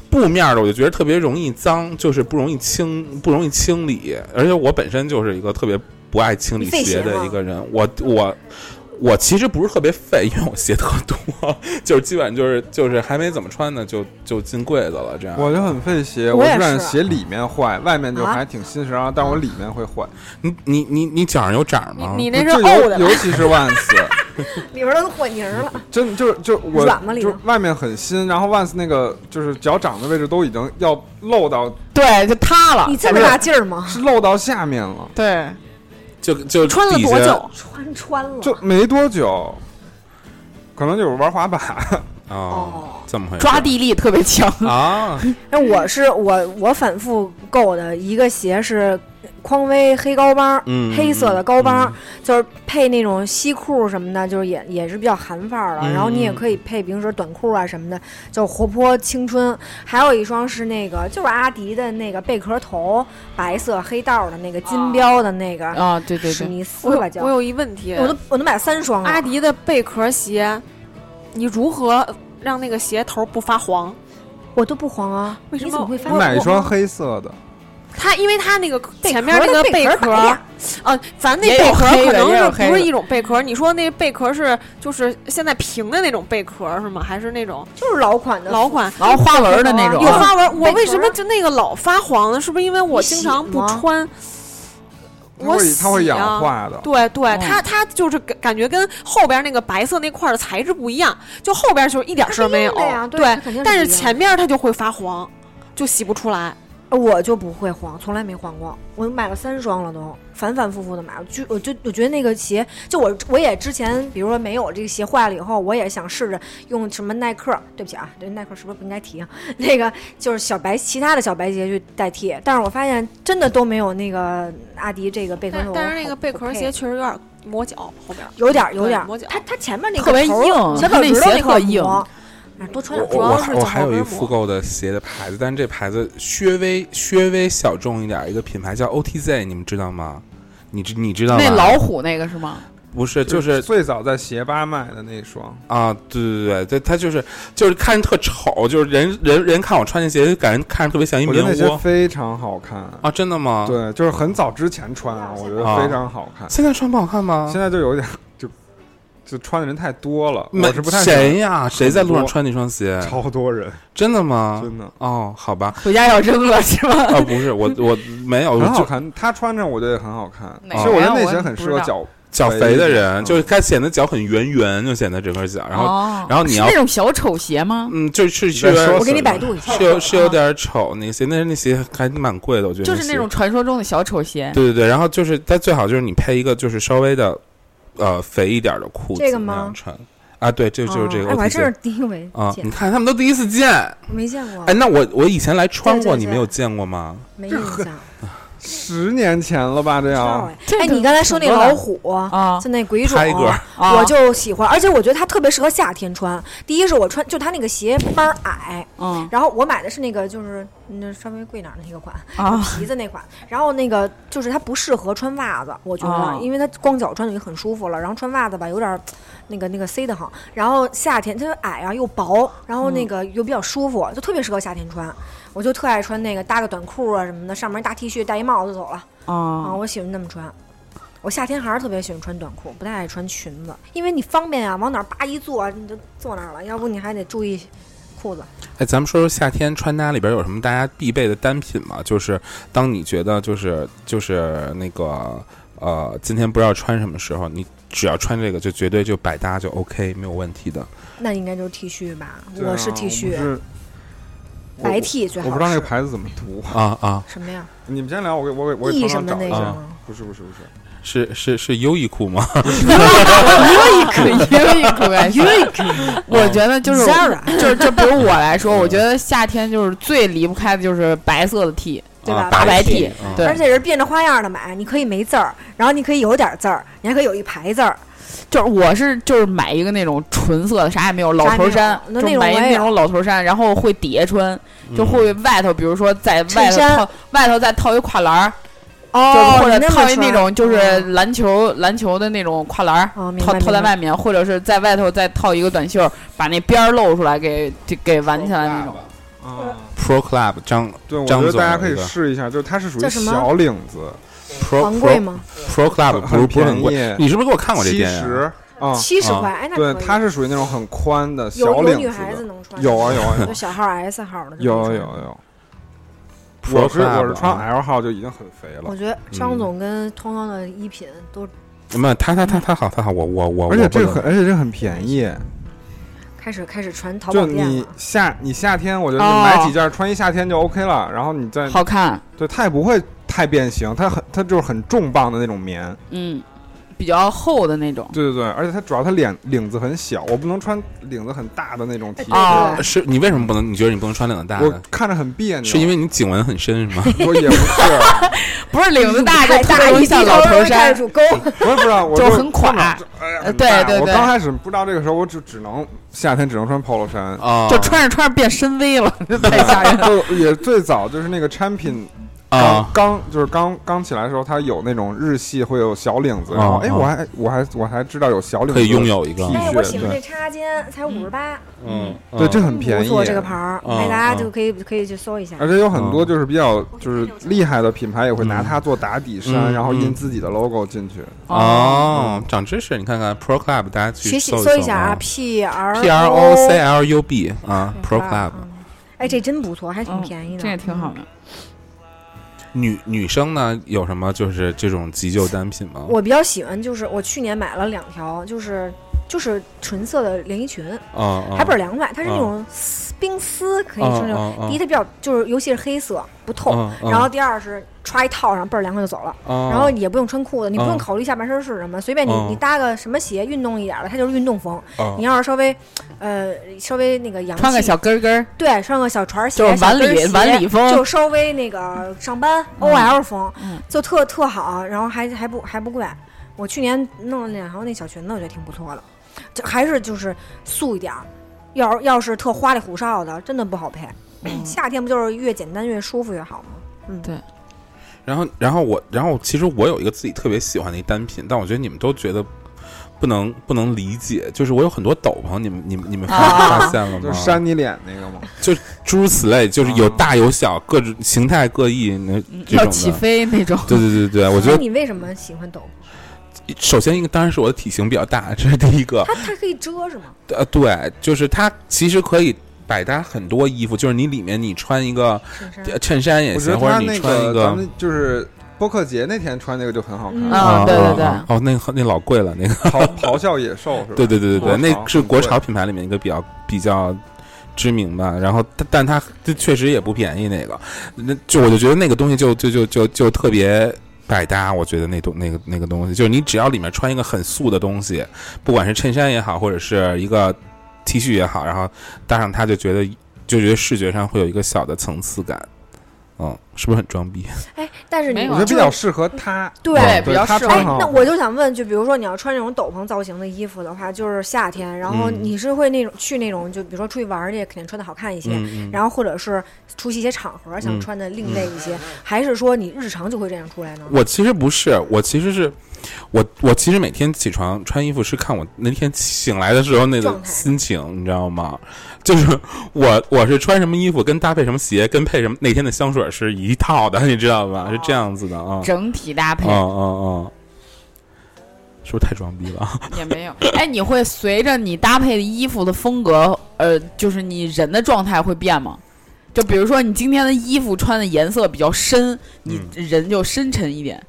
布面的，我就觉得特别容易脏，就是不容易清，不容易清理。而且我本身就是一个特别不爱清理你费鞋鞋的吗一个人，我我。我其实不是特别废，因为我鞋特多， 就是基本上就是就是还没怎么穿呢，就就进柜子了这样。 我就很费鞋，我我也是让是鞋里面坏，外面就啊还挺新时尚，但我里面会坏。你你你你脚啊上有褶儿你吗？你那是就厚的尤吧？尤其是万斯，里边都混泥儿了，真就是就我软吗里就面外面很新，然后万斯那个就是脚掌的位置都已经要露到对，就塌了你，这么大劲儿吗？是露到下面了，对，就就穿了底多下久？穿穿了，就没多久，可能就是玩滑板，哦，哦。这么回事？抓地力特别强，啊！那我是我我反复购的一个鞋是匡威黑高帮儿，嗯黑色的高帮儿，嗯就是配那种西裤什么的，就是也也是比较韩范儿的。嗯然后你也可以配平时短裤啊什么的，就活泼青春。还有一双是那个就是阿迪的那个贝壳头，白色黑道儿的那个金标的那个、啊，对对史对，密斯我吧有叫，我有一问题，我都我都买三双了。阿迪的贝壳鞋，你如何让那个鞋头不发黄？我都不黄啊，为什么你怎么会发你买一双黑色的，它因为它那个贝壳前面那的个贝壳壳白呀，呃，咱那也有贝壳黑可的也有能黑是不的是一种贝壳？你说那贝壳是就是现在平的那种贝壳是吗？还是那种就是呃老款的老款？然后花纹的那种啊有，花纹，我贝壳啊为什么就那个老发黄呢？是不是因为我经常不穿？它我会洗它会啊氧化的。对对哦嗯，它它就是感感觉跟后边那个白色那块儿的材质不一样，就后边就是一点事儿没有它是一样。的呀对它肯定是但是不一样前面它就会发黄，就洗不出来。呃我就不会黄，从来没黄过。我买了三双了都，反反复复的买。我就我就我觉得那个鞋，就我我也之前，比如说没有这个鞋坏了以后，我也想试着用什么耐克，对不起啊，对耐克是不是不应该提啊？那个就是小白其他的小白鞋去代替，但是我发现真的都没有那个阿迪这个贝壳但头好。但是那个贝壳好鞋配确实有点磨脚后边。有点儿有对点儿磨脚，它它前面那个特别头儿硬小脚它那趾头鞋那块特儿硬磨，哎多穿我点我主我要是还脚我还有跟一儿复磨购的鞋的牌子，但是这牌子略微略微小众一点，一个品牌叫 OTZ，你们知道吗？你知你知道吗？那老虎那个是吗？不是就是最早在鞋吧卖的那双，啊，对对对对，它就是就是看着特丑，就是人人人看我穿那鞋，就感觉看着特别像一我觉棉得那些窝非常好看。啊，真的吗？，对，就是很早之前穿啊，我觉得非常好看。现在穿不好看吗啊现？在就有点 就就穿的人太多了，没我是不太谁呀？谁在路上多穿那双鞋喜？欢超多人，真的吗？真的哦，好吧，回家要扔了是吗？啊，不是我我没有，我很好就看。他穿着我觉得也很好看，哪其实我觉得那啊个呀鞋我很不适知合道脚脚肥的人，嗯就是他显得脚很圆圆，就显得整个脚，然后哦后然后你要哦那种小丑鞋吗？嗯，就是是你在有说我给你死了百度一下。是有是有点丑那个鞋，但是那鞋还蛮贵的，我觉得就是鞋那种。传说中的小丑鞋，对对对，然后就是它最好就是你配一个就是稍微的，呃，肥一点的裤子，这个吗那样穿啊，对，这就是这个哎， OTC。我还真是第一回啊，你见，哦看他们都第一次见。没见过哎哎，，那我我以前来穿过，对对对你没有见过吗？没印象。十年前了吧？这少要哎这哎，个你刚才说那挺多的老虎啊就那鬼冢， Tiger 啊我就喜欢，而且我觉得它特别适合夏天穿。第一是我穿，就它那个鞋帮儿矮，嗯然后我买的是那个就是那稍微贵点儿的那个款，啊皮子那款。然后那个呃就是它不适合穿袜子，我觉得，哦因为它光脚穿就已经很舒服了，然后穿袜子吧有点儿那个那个塞得慌。然后夏天呃它又矮啊又薄，然后那个又比较舒服，就特别适合夏天穿。我就特爱穿那个搭个短裤啊什么的，上面一大 T 恤戴一帽子走了。啊，啊！我喜欢那么穿。我夏天还是特别喜欢穿短裤，不太爱穿裙子，因为你方便啊，往哪儿叭一坐你就坐那儿了，要不你还得注意裤子。哎，咱们说说夏天穿搭里边有什么大家必备的单品嘛？就是当你觉得就是就是那个呃，今天不知道穿什么时候，你只要穿这个就绝对就百搭就 OK，没有问题的。那应该就是 T 恤吧？对啊哎我是 T 我恤，是我白 T 最我好不知道那个是牌子怎么读。啊啊，什么呀你们先聊，我给我给我给？E 头什上么找那一个下。啊吗？不是不是不是，是是是优衣库吗？可以可以可以，我觉得就是 Zara 就是就比如我来说，我觉得夏天就是最离不开的就是白色的 T，对吧啊大白 T， T，啊对而且是变着花样的买，你可以没字儿，然后你可以有点儿字儿，你还可以有一排字儿。就是我是就是买一个那种纯色的，啥也没有，老头衫啥也没有那，那种就买一我也那种老头衫，然后会底下穿，就嗯会外头，比如说在外衬头衫套外头再套一跨栏儿，哦就，或者你套么一那穿种就是嗯篮球篮球的那种跨栏儿，哦，明套白套明在白外面，或者是在外头再套一个短袖，把那边儿露出来给就给挽起来那种。啊， Pro Club 张对，我觉张得总大家可以那个试一下，就是它是属于叫什么小领子， Pro 昂贵 Pro 吗？ Pro Club 不是很不是很贵，便宜，你是不是给我看过这七店呀？十啊，七十啊块，哎，那对，可以它是属于那种很宽的小有有领女子孩子的，能穿，有啊有啊有就啊小号儿 S 号儿的，有啊有啊。有啊。 Pro 我是我 Club 是啊穿 L 号就已经很肥了我，觉得张总跟通通的衣品都没有他他他他好他好，我我我而且我不这个能很而且这个很便宜，开始开始传淘就宝店你了。夏你夏天我觉得哦买几件穿一夏天就 OK 了，然后你再好看，对它也不会太变形，它很它就是很重磅的那种棉，嗯，比较厚的那种。对对对，而且它主要它领领子很小，我不能穿领子很大的那种 T 哎恤，啊对是你为什么不能？你觉得你不能穿领子大我的？看着很别扭，是因为你颈纹很深是吗？我也不是，不是领子大就太特大别一容易低像头老头容易看衫得，出沟，我也不知道，我就很垮看着就哎呀呃很对大对我对刚开始不知道这个时候，我只只能夏天只能穿 polo 衫， 啊，就穿着穿着变深 V 了，这太对吓人了。就也最早就是那个产品啊刚。刚就是刚刚起来的时候，它有那种日系会有小领子，啊然后哎，啊我还我还我还知道有小领子可以拥有一个 T 哎，恤，我喜欢对这插肩，才五十八，嗯，对，这很便不宜，啊错这个牌儿，嗯哎，大家嗯就可以可以去搜一下而。且有很多就是比较就是厉害的品牌也会拿嗯它做打底嗯衫，然后嗯印自己的 logo 进去。哦，长知识，你看看 Pro Club，大家去学习搜一下啊啊，P R ，P R O C L U B 啊，Pro Club。哎，这真不错，还挺便宜的，哦这也挺好的。女女生呢有什么就是这种急救单品吗？嗯我比较喜欢，就是我去年买了两条，就是就是纯色的连衣裙，啊，还倍儿凉快，它是那嗯种丝冰丝，可以说那种。种第一，它比较就是尤其是黑色不透，嗯嗯然后第二是歘一套上倍儿凉快就走了，哦然后也不用穿裤子，你不用考虑下半身是什么，随便你嗯你搭个什么鞋，运动一点的，它就是运动风。你后要是稍微，呃，稍微那个洋气，穿个小跟儿跟儿，对，穿个小船鞋，就是晚小跟礼鞋晚礼风，就稍微那个上班嗯 OL 风嗯，就特特好，然后还还不还不贵。我去年弄了两条那小裙子，我觉得挺不错的，这还是就是素一点儿。要要是特花里胡哨的，真的不好配。嗯 夏天不就是越简单越舒服越好吗？然后然后我然后其实我有一个自己特别喜欢的一单品，但我觉得你们都觉得不能不能理解，就是我有很多斗篷，你们你们你们啊发发现了就吗？是扇你脸那个吗？诸如此类，就是有大有小，各种形态各异，那嗯这要种起的。飞那种。对对对对，我觉那得你为什么喜欢抖？首先一个当然是我的体型比较大， 这是第一个。它它可以遮是吗？呃，对，就是它其实可以百搭很多衣服，就是你里面你穿一个衬衫呃衬衫也我觉得行，或者他你那穿一咱个们就是播客节那天穿那个就很好看，嗯 啊对对对啊哦，那个那老贵了，那个，咆咆哮野兽是吧？对对对对对，那国是潮国潮品牌里面一个比较比较知名吧，然后但但它这确实也不便宜，那个，那就我就觉得那个东西就就就就就特别。百搭，我觉得那东那个那个东西，就是你只要里面穿一个很素的东西，不管是衬衫也好，或者是一个 T 恤也好，然后搭上它，就觉得就觉得视觉上会有一个小的层次感。嗯，是不是很装逼？ 哎，但是你没有我啊觉得就比较适合他，对啊对比对较他适穿哎，哦上那我就想问，就比如说你要穿这种斗篷造型的衣服的话，就是夏天，然后嗯你是会那种去那种，就比如说出去玩儿去，肯定穿的好看一些，嗯嗯，然后或者是出席一些场合想嗯穿的另类一些，还是说你日常就会这样出来呢？我其实不是，我其实是，我我其实每天起床穿衣服是看我那天醒来的时候那个状态心情，你知道吗？就是我我是穿什么衣服，跟搭配什么鞋，跟配什么那天的香水是一套的， 你知道吧？是这样子的啊，整体搭配嗯嗯嗯，是不是太装逼了？也没有。哎，你会随着你搭配的衣服的风格，呃，就是你人的状态会变吗？就比如说你今天的衣服穿的颜色比较深，你人就深沉一点。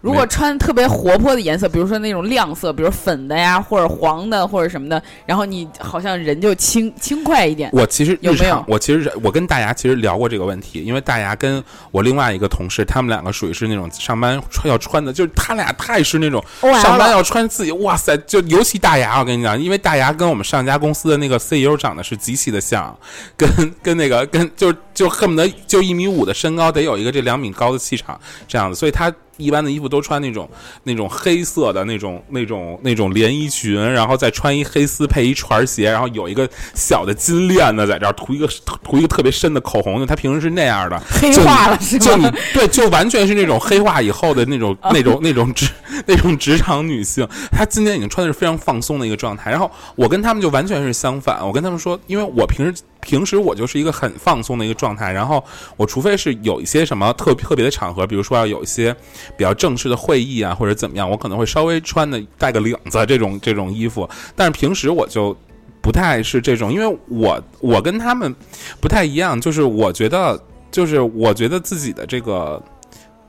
如果嗯没穿特别活泼的颜色，比如说那种亮色，比如粉的呀，或者黄的，或者什么的，然后你好像人就轻轻快一点。我其实有日没常，有我其实是我跟大牙其实聊过这个问题，因为大牙跟我另外一个同事，他们两个属于是那种上班穿要穿的，就是他俩太是那种 OL 上班要穿自己，哇塞，就尤其大牙，我跟你讲，因为大牙跟我们上家公司的那个 CEO 长得是极其的像，跟跟那个跟就就恨不得就一米五的身高，得有一个这两米高的气场这样子，所以他。一般的衣服都穿那种那种黑色的那种那种那种连衣裙，然后再穿一黑丝配一船鞋，然后有一个小的金链子在这儿，涂一个涂一个特别深的口红，就他平时是那样的，黑就你化了是就你吗？哦对，就完全是那种黑化以后的那种、那种、那种职、 那种职场女性。她今天已经穿的是非常放松的一个状态。然后我跟他们就完全是相反。我跟他们说，因为我平时平时我就是一个很放松的一个状态。然后我除非是有一些什么特特别的场合，比如说要有一些比较正式的会议啊，或者怎么样，我可能会稍微穿的带个领子啊这种这种衣服。但是平时我就。不太是这种，因为我我跟他们不太一样，就是我觉得就是我觉得自己的这个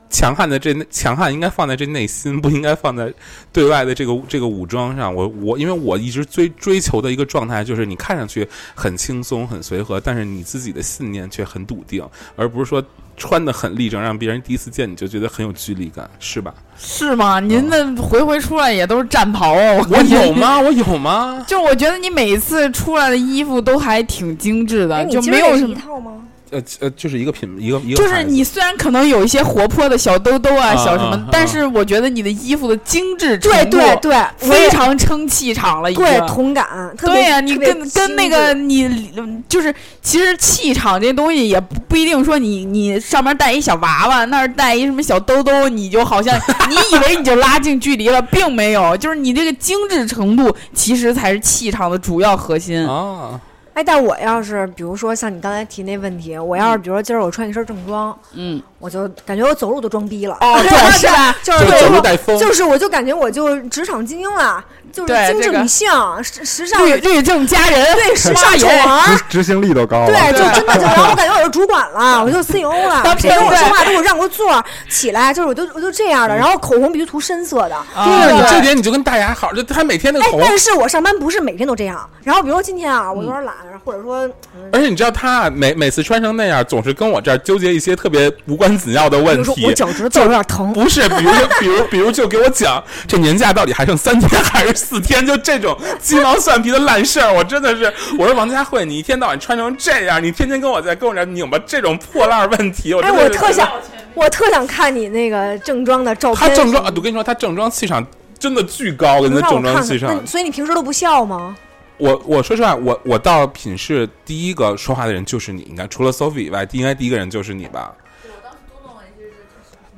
强悍的这强悍应该放在这内心，不应该放在对外的这个这个武装上。我我因为我一直追追求的一个状态就是你看上去很轻松很随和，但是你自己的信念却很笃定，而不是说穿的很立正，让别人第一次见你就觉得很有距离感，是吧？是吗？您的回回出来也都是战袍啊！我我感觉有 吗？我有吗？就是我觉得你每一次出来的衣服都还挺精致的，哎，呃就你今没儿有也什是一么。套吗？呃呃，就是一个品一个一个，就是你。虽然可能有一些活泼的小兜兜啊、啊小什么，啊啊但是我觉得你的衣服的精致程对度对对，我非也常撑气场了，已经。对同感，特对别呀、你特别跟跟那精个致你嗯就是，其实气场这东西也不不一定说你你上面带一小娃娃，那儿带一什么小兜兜，你就好像 你以为你就拉近距离了，并没有，就是你这个精致程度其实才是气场的主要核心。啊，哎，但我要是比如说像你刚才提那问题，我嗯要是比如说今儿我穿一身正装，嗯，我就感觉我走路都装逼了， 哦，对，是吧？就是 就对走路我带风，就是我就感觉我就职场精英了，就是对精这致个女性、时时尚律律政佳人，对时上尚丑瘾娃儿执执行力都高了。啊对，就真的就让我感觉我是主管了，我就 CEO 了，谁跟我说话都给我让过座儿，起来就是我都我都这样的，然后口红必须涂深色的，对你对这点你就跟大牙好，就他每天那个啊哎啊口，红但是我上班不是每天都这样，然后比如说今天啊，我有点懒，或者说嗯而且你知道他每每次穿成那样，总是跟我这儿纠结一些特别无关紧要的比问如说题我。脚趾头有点疼，不是，比如说，比如，比如，就给我 讲这年假到底还剩三天还是四天？就这种鸡毛蒜皮的烂事儿，我真的是，我说王佳慧，你一天到晚穿成这样，你天天跟我在跟我这儿拧巴这种破烂问题，我哎，真的是我特觉得想我特想看你那个正装的照片，他正装，啊我跟你说，他正装气场真的巨高，跟能他让我正看装看。气场那，所以你平时都不笑吗？我我说实话，我我到品市第一个说话的人就是你，应该除了 Sophie 以外，应该第一个人就是你吧。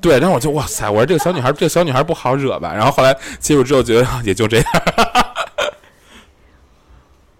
对，然后我就哇塞，我说这个小女孩，这个小女孩不好惹吧？然后后来接触之后，觉得啊也就这样。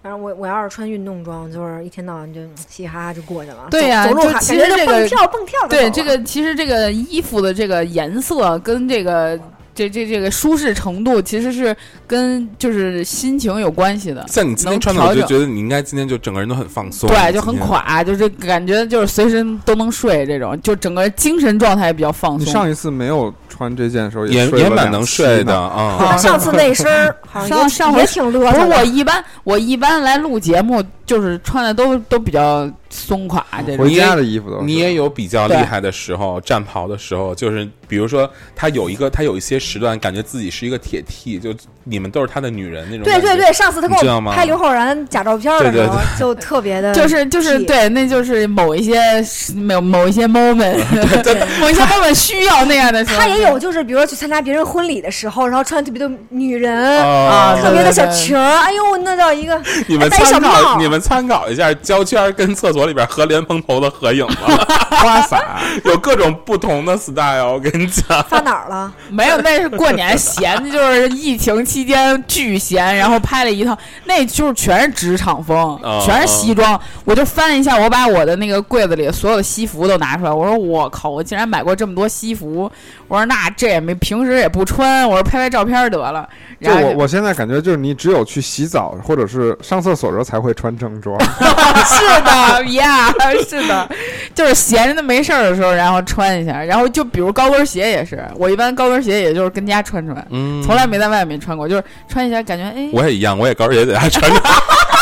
反正我我要是穿运动装，就是一天到晚就嗯嘻哈哈就过去了。对走呀走路就还其感实觉这啊就个蹦跳蹦跳的。对这，个，其实这个衣服的这个颜色跟这个这这这个舒适程度，其实是跟就是心情有关系的。像你今天穿的，能我调就整觉得你应该今天就整个人都很放松，对，就很今天。垮，就是感觉就是随时都能睡这种，就整个精神状态也比较放你松上。一次没有穿这件的时候也睡也了蛮两能期睡 的呢。啊。但上次那身儿好像也上上回也挺乐不是的。我一般，我一般来录节目就是穿的都都比较松垮这种嗯我。回家的衣服都是你也有比较厉对害的时候，战袍的时候，就是比如说他有一个，他有一些时段感觉自己是一个铁 T，就你们都是他的女人那种。对对对，，上次他你知给道我吗拍刘昊然假照片的对对时候，就特别的，就是就是是对，那就是某一些某某一 些 moment，某 一些 moment 需要那样的时候。他也有，就是比如说去参加别人婚礼的时候，然后穿特别的女人，啊啊特别的小对对对裙儿，哎呦，那叫一个你们戴小参考，帽你们参考一下胶圈跟厕所里边和莲蓬头的合影 吧，花洒， 有各种不同的 style。我跟你讲，发哪儿 了？没有，那是过年闲，就是疫情期间巨闲，然后拍了一套，那就是全是职场风啊，全是西装。我就翻了一下，我把我的那个柜子里所有的西服都拿出来，我说我靠，我竟然买过这么多西服！我说那这也没平时也不穿，我说拍拍照片得了。就然后 我我现在感觉就是你只有去洗澡或者是上厕所的时候才会穿正 装，啊是的 呀，是的，就是闲着的没事儿的时候，然后穿一下。然后就比如高跟鞋也是，我一般高跟鞋也就是跟家穿穿，嗯从来没在外面穿过，就是穿一下感觉哎，我也一样，我也高跟鞋在家穿着，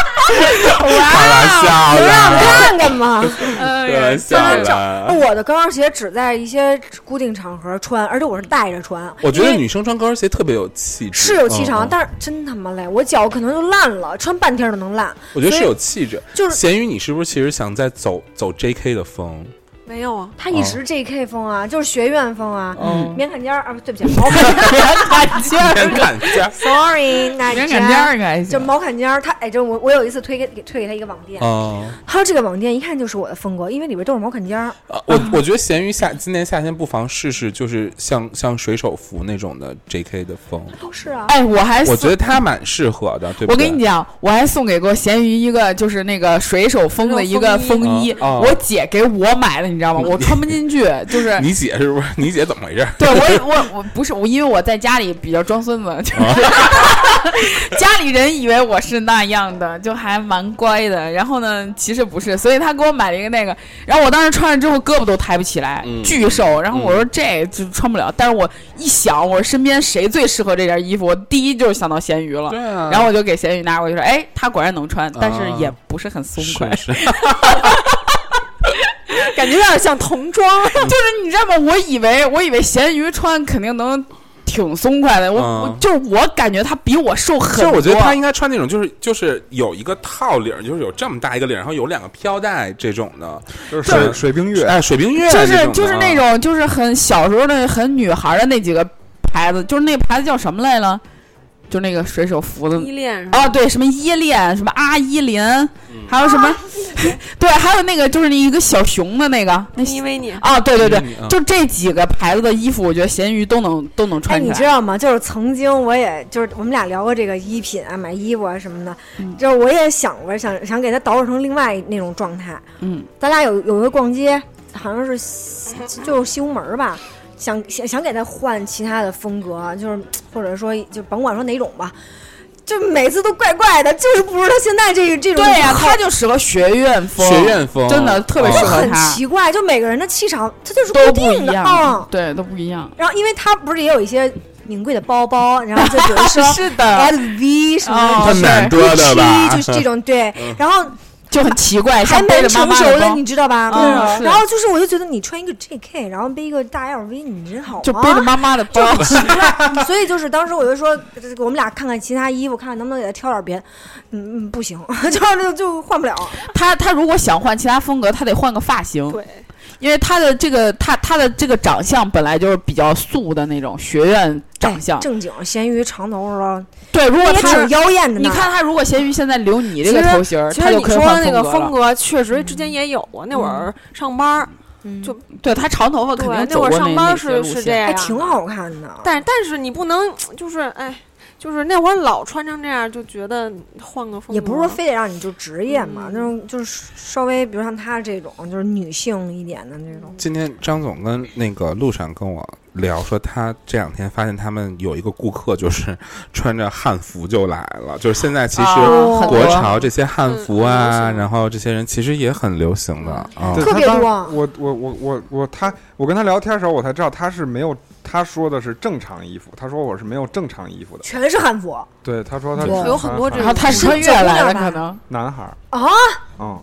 哇开玩 笑能 让我的，看看吗？开玩笑哎的。我的高跟鞋只在一些固定场合穿，而且我是带着穿。我觉得因为女生穿高跟鞋特别有气质，是有气场，嗯嗯但是真他妈累，我脚可能就烂了，穿半天都能烂。我觉得所以是有气质。就是咸鱼，你是不是其实想在走走 J.K. 的 风？没有啊，他一直 J.K. 风啊，就是学院风啊，嗯，棉坎肩儿啊，不对不起，毛坎 肩 感觉天感 觉，sorry，那人感觉应该就毛坎肩儿，他哎，就我我有一次推给给推给他一个网店，啊，他说这个网店一看就是我的风格，因为里边都是毛坎肩儿，我我觉得咸鱼夏今年夏天不妨试试，就是像像水手服那种的 J.K. 的风，都是啊，哎，我还我觉得送它蛮适合的，对不对？我跟你讲，我还送给过咸鱼一个，就是那个水手风的一个风衣，啊啊我姐给我买的，你知道吗？我穿不进去，就是你姐是不是？你姐怎么回 事？对我我我不是我，因为我在家里比较装 孙子，就是、家里人以为我是那样的，就还蛮乖的。然后呢，其实不是，所以他给我买了一个那个，然后我当时穿上之后胳膊都抬不起来，嗯巨瘦。然后我说这就穿不了，但是我一想，我身边谁最适合这件衣服，我第一就是想到咸鱼了。啊然后我就给咸鱼拿过去说，哎，他果然能穿，但是也不是 很松快，是是，感觉有点像童装。就是 你知道吗？我以为我以为咸鱼穿肯定能挺松快的，我、嗯我就是我感觉他比我瘦很就多。我觉得她应该穿那种，就是就是有一个套领儿，就是有这么大一个领儿，然后有两个飘带这种的，就是对水水冰月。哎，水冰月就是种就是的啊那种就是很小时候的很女孩的那几个牌子，就是那牌子叫什么来了？就那个水手服的依恋是吧？哦，对，什么依恋，什么阿依林，嗯还有什么，对，还有那个就是那一个小熊的那个，那因为你哦，对对对迷你啊，就这几个牌子的衣服，我觉得咸鱼都能都能哎，穿起你知来。道吗？就是曾经我也就是我们俩聊过这个衣品啊，买衣服啊什么的，嗯就是我也想过想想给它捯饬成另外那种状态。嗯，咱俩有有一个逛街，好像是西就是西红门儿吧，想想想给它换其他的风格，啊就是或者说就甭管说哪种吧，就每次都怪怪的，就是不知道现在这个这种对呀，他就适合学院风，学院风，真的特别嗯适就合很他奇怪，就每个人的气场它就是都固不定一的样啊，。对，都不一样。然后因为它不是也有一些名贵的包包，然后就比如说。 是的， LV 什么哦的，是很难得的吧嗯 Gucci 就是这种对，然后就很奇怪，还像背蛮着妈成妈熟的的，包你，知道吧？嗯是然后就是，我就觉得你穿一个 JK，然后背一个大 LV，你人好啊吗？就 背着妈妈的包，所以就是当时我就说，这个我们俩看看其他衣服，看看能不能给他挑点别的。嗯嗯，不行， 就是就就换不了。他他如果想换其他风格，他得换个发型，对，因为他的这个他他的这个长相本来就是比较素的那种学院长相哎。正经咸鱼长头发，对，如果也他挺是妖艳的呢。你看他如果咸鱼现在留你这个其实头型儿，其嗯他实就你可以说换的那个风格风了。嗯格，确实之前也有过。那会儿上班儿，嗯，就对他长头发对肯定，那走会过儿上班那儿是是这，哎样还的，挺好看的。但但是你不能就是哎，就是那会儿老穿成这样，就觉得换个风格也不是说非得让你就职业嘛，嗯那种就是稍微，比如像她这种，就是女性一点的这种。今天张总跟那个路上跟我聊说，他这两天发现他们有一个顾客就是穿着汉服就来了，就是现在其实啊很国多潮这些汉服嗯很流啊，行然后这些人其实也很流行的啊对 特他别当多我我我我我他，我跟他聊天的时候，我才知道他是没有，他说的是正常衣服，他说我是没有正常衣服的。全是汉服，对，他说他哇是有很多这然男后孩他是穿越来的，可能男孩儿啊，嗯。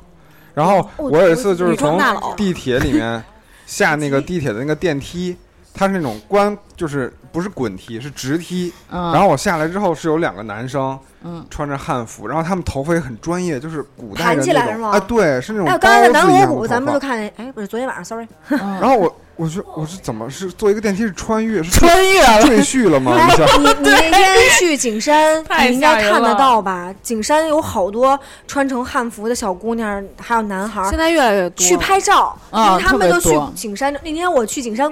然后我有一次就是女装从大佬地铁里面下那个地铁的那个电梯，它是那种关，就是不是滚梯，是直梯。嗯，然后我下来之后是有两个男生嗯穿着汉服，然后他们头发也很专业，就是古代盘人起那来是种吗啊，对，是那种哎，刚才在包南子一锣样的鼓，头咱们发就看嗯见，哎，不是昨天晚上，sorry，然然后我我就我是怎么是坐一个电梯是穿越是穿越了，赘婿了吗？哎一下，你你那天去景 山，哎太你应吓该人看得了到吧？景山有好多穿成汉服的小姑娘，还有男孩儿现在越来越多去拍照，因啊为他们都特去别多景山。那天我去景山，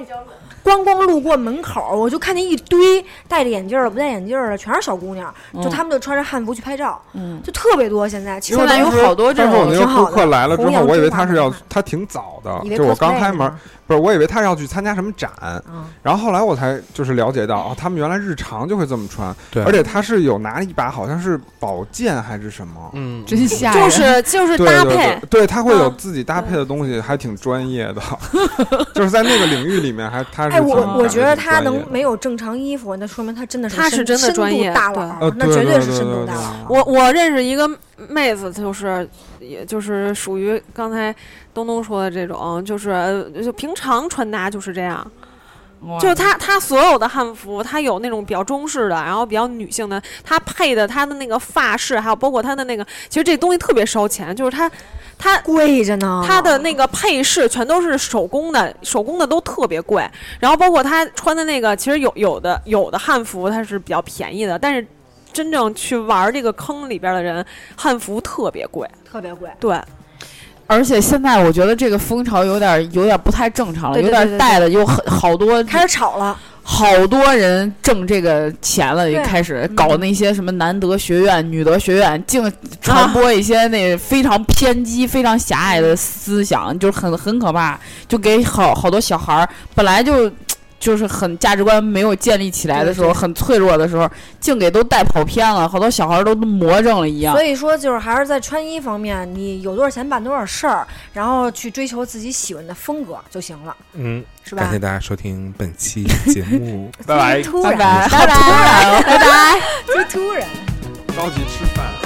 光光路过门口，我就看见一堆戴着眼镜儿的、不戴眼镜儿的，全是小姑娘，就嗯他们就穿着汉服去拍照，嗯，就特别多。现在其因实为现在有当时好多这当时我种那挺个好顾客的来了之弘后，扬我以为中华他是文要化他挺早的以，为啊就我 cosplay 刚开呢啊门，不是我以为他是要去参加什么展，嗯然后后来我才就是了解到哦，他们原来日常就会这么穿，对而且他是有拿一把好像是宝剑还是什么。嗯，真吓人，就是就是对搭配对对，，对他会有嗯自己搭配的东西，还挺专业的， 就是在那个领域里面还他是哎，挺我感我挺觉得他专业能的没有正常衣服，那说明他真的是他是深真的专业深度大佬对儿呃，，那对绝对是对深度对大对佬儿。我我认识一个妹子，就是也就是属于刚才东东说的这种，就是呃就平常穿搭就是这样，哇就是她她所有的汉服，她有那种比较中式的，然后比较女性的，她配的她的那个发饰，还有包括她的那个，其实这东西特别烧钱，就是她她贵着呢，它的那个配饰全都是手工的，手工的都特别贵。然后包括他穿的那个，其实有有的有的汉服它是比较便宜的，但是真正去玩这个坑里边的人，汉服特别贵。特别贵。对，而且现在我觉得这个风潮有点有点不太正常了，对对有对对点带的有很好多开始吵了，啊好多人挣这个钱了，也对嗯开始搞那些什么男德学院、女德学院，净啊传播一些那非常偏激、非常狭隘嗯的思想，就是很很可怕，就给好好多小孩儿本来就。就是很价值观没有建立起来的时候，对很脆弱的时候，净给都带跑偏了，好多小孩儿都魔怔了一样所。以说就是还是在穿衣方面，你有多少钱办多少事儿，然后去追求自己喜欢的风格就行了，嗯，是吧感谢？大家收听本期节目。拜拜，突然， 拜拜，拜拜。拜拜，就突然。着急吃饭。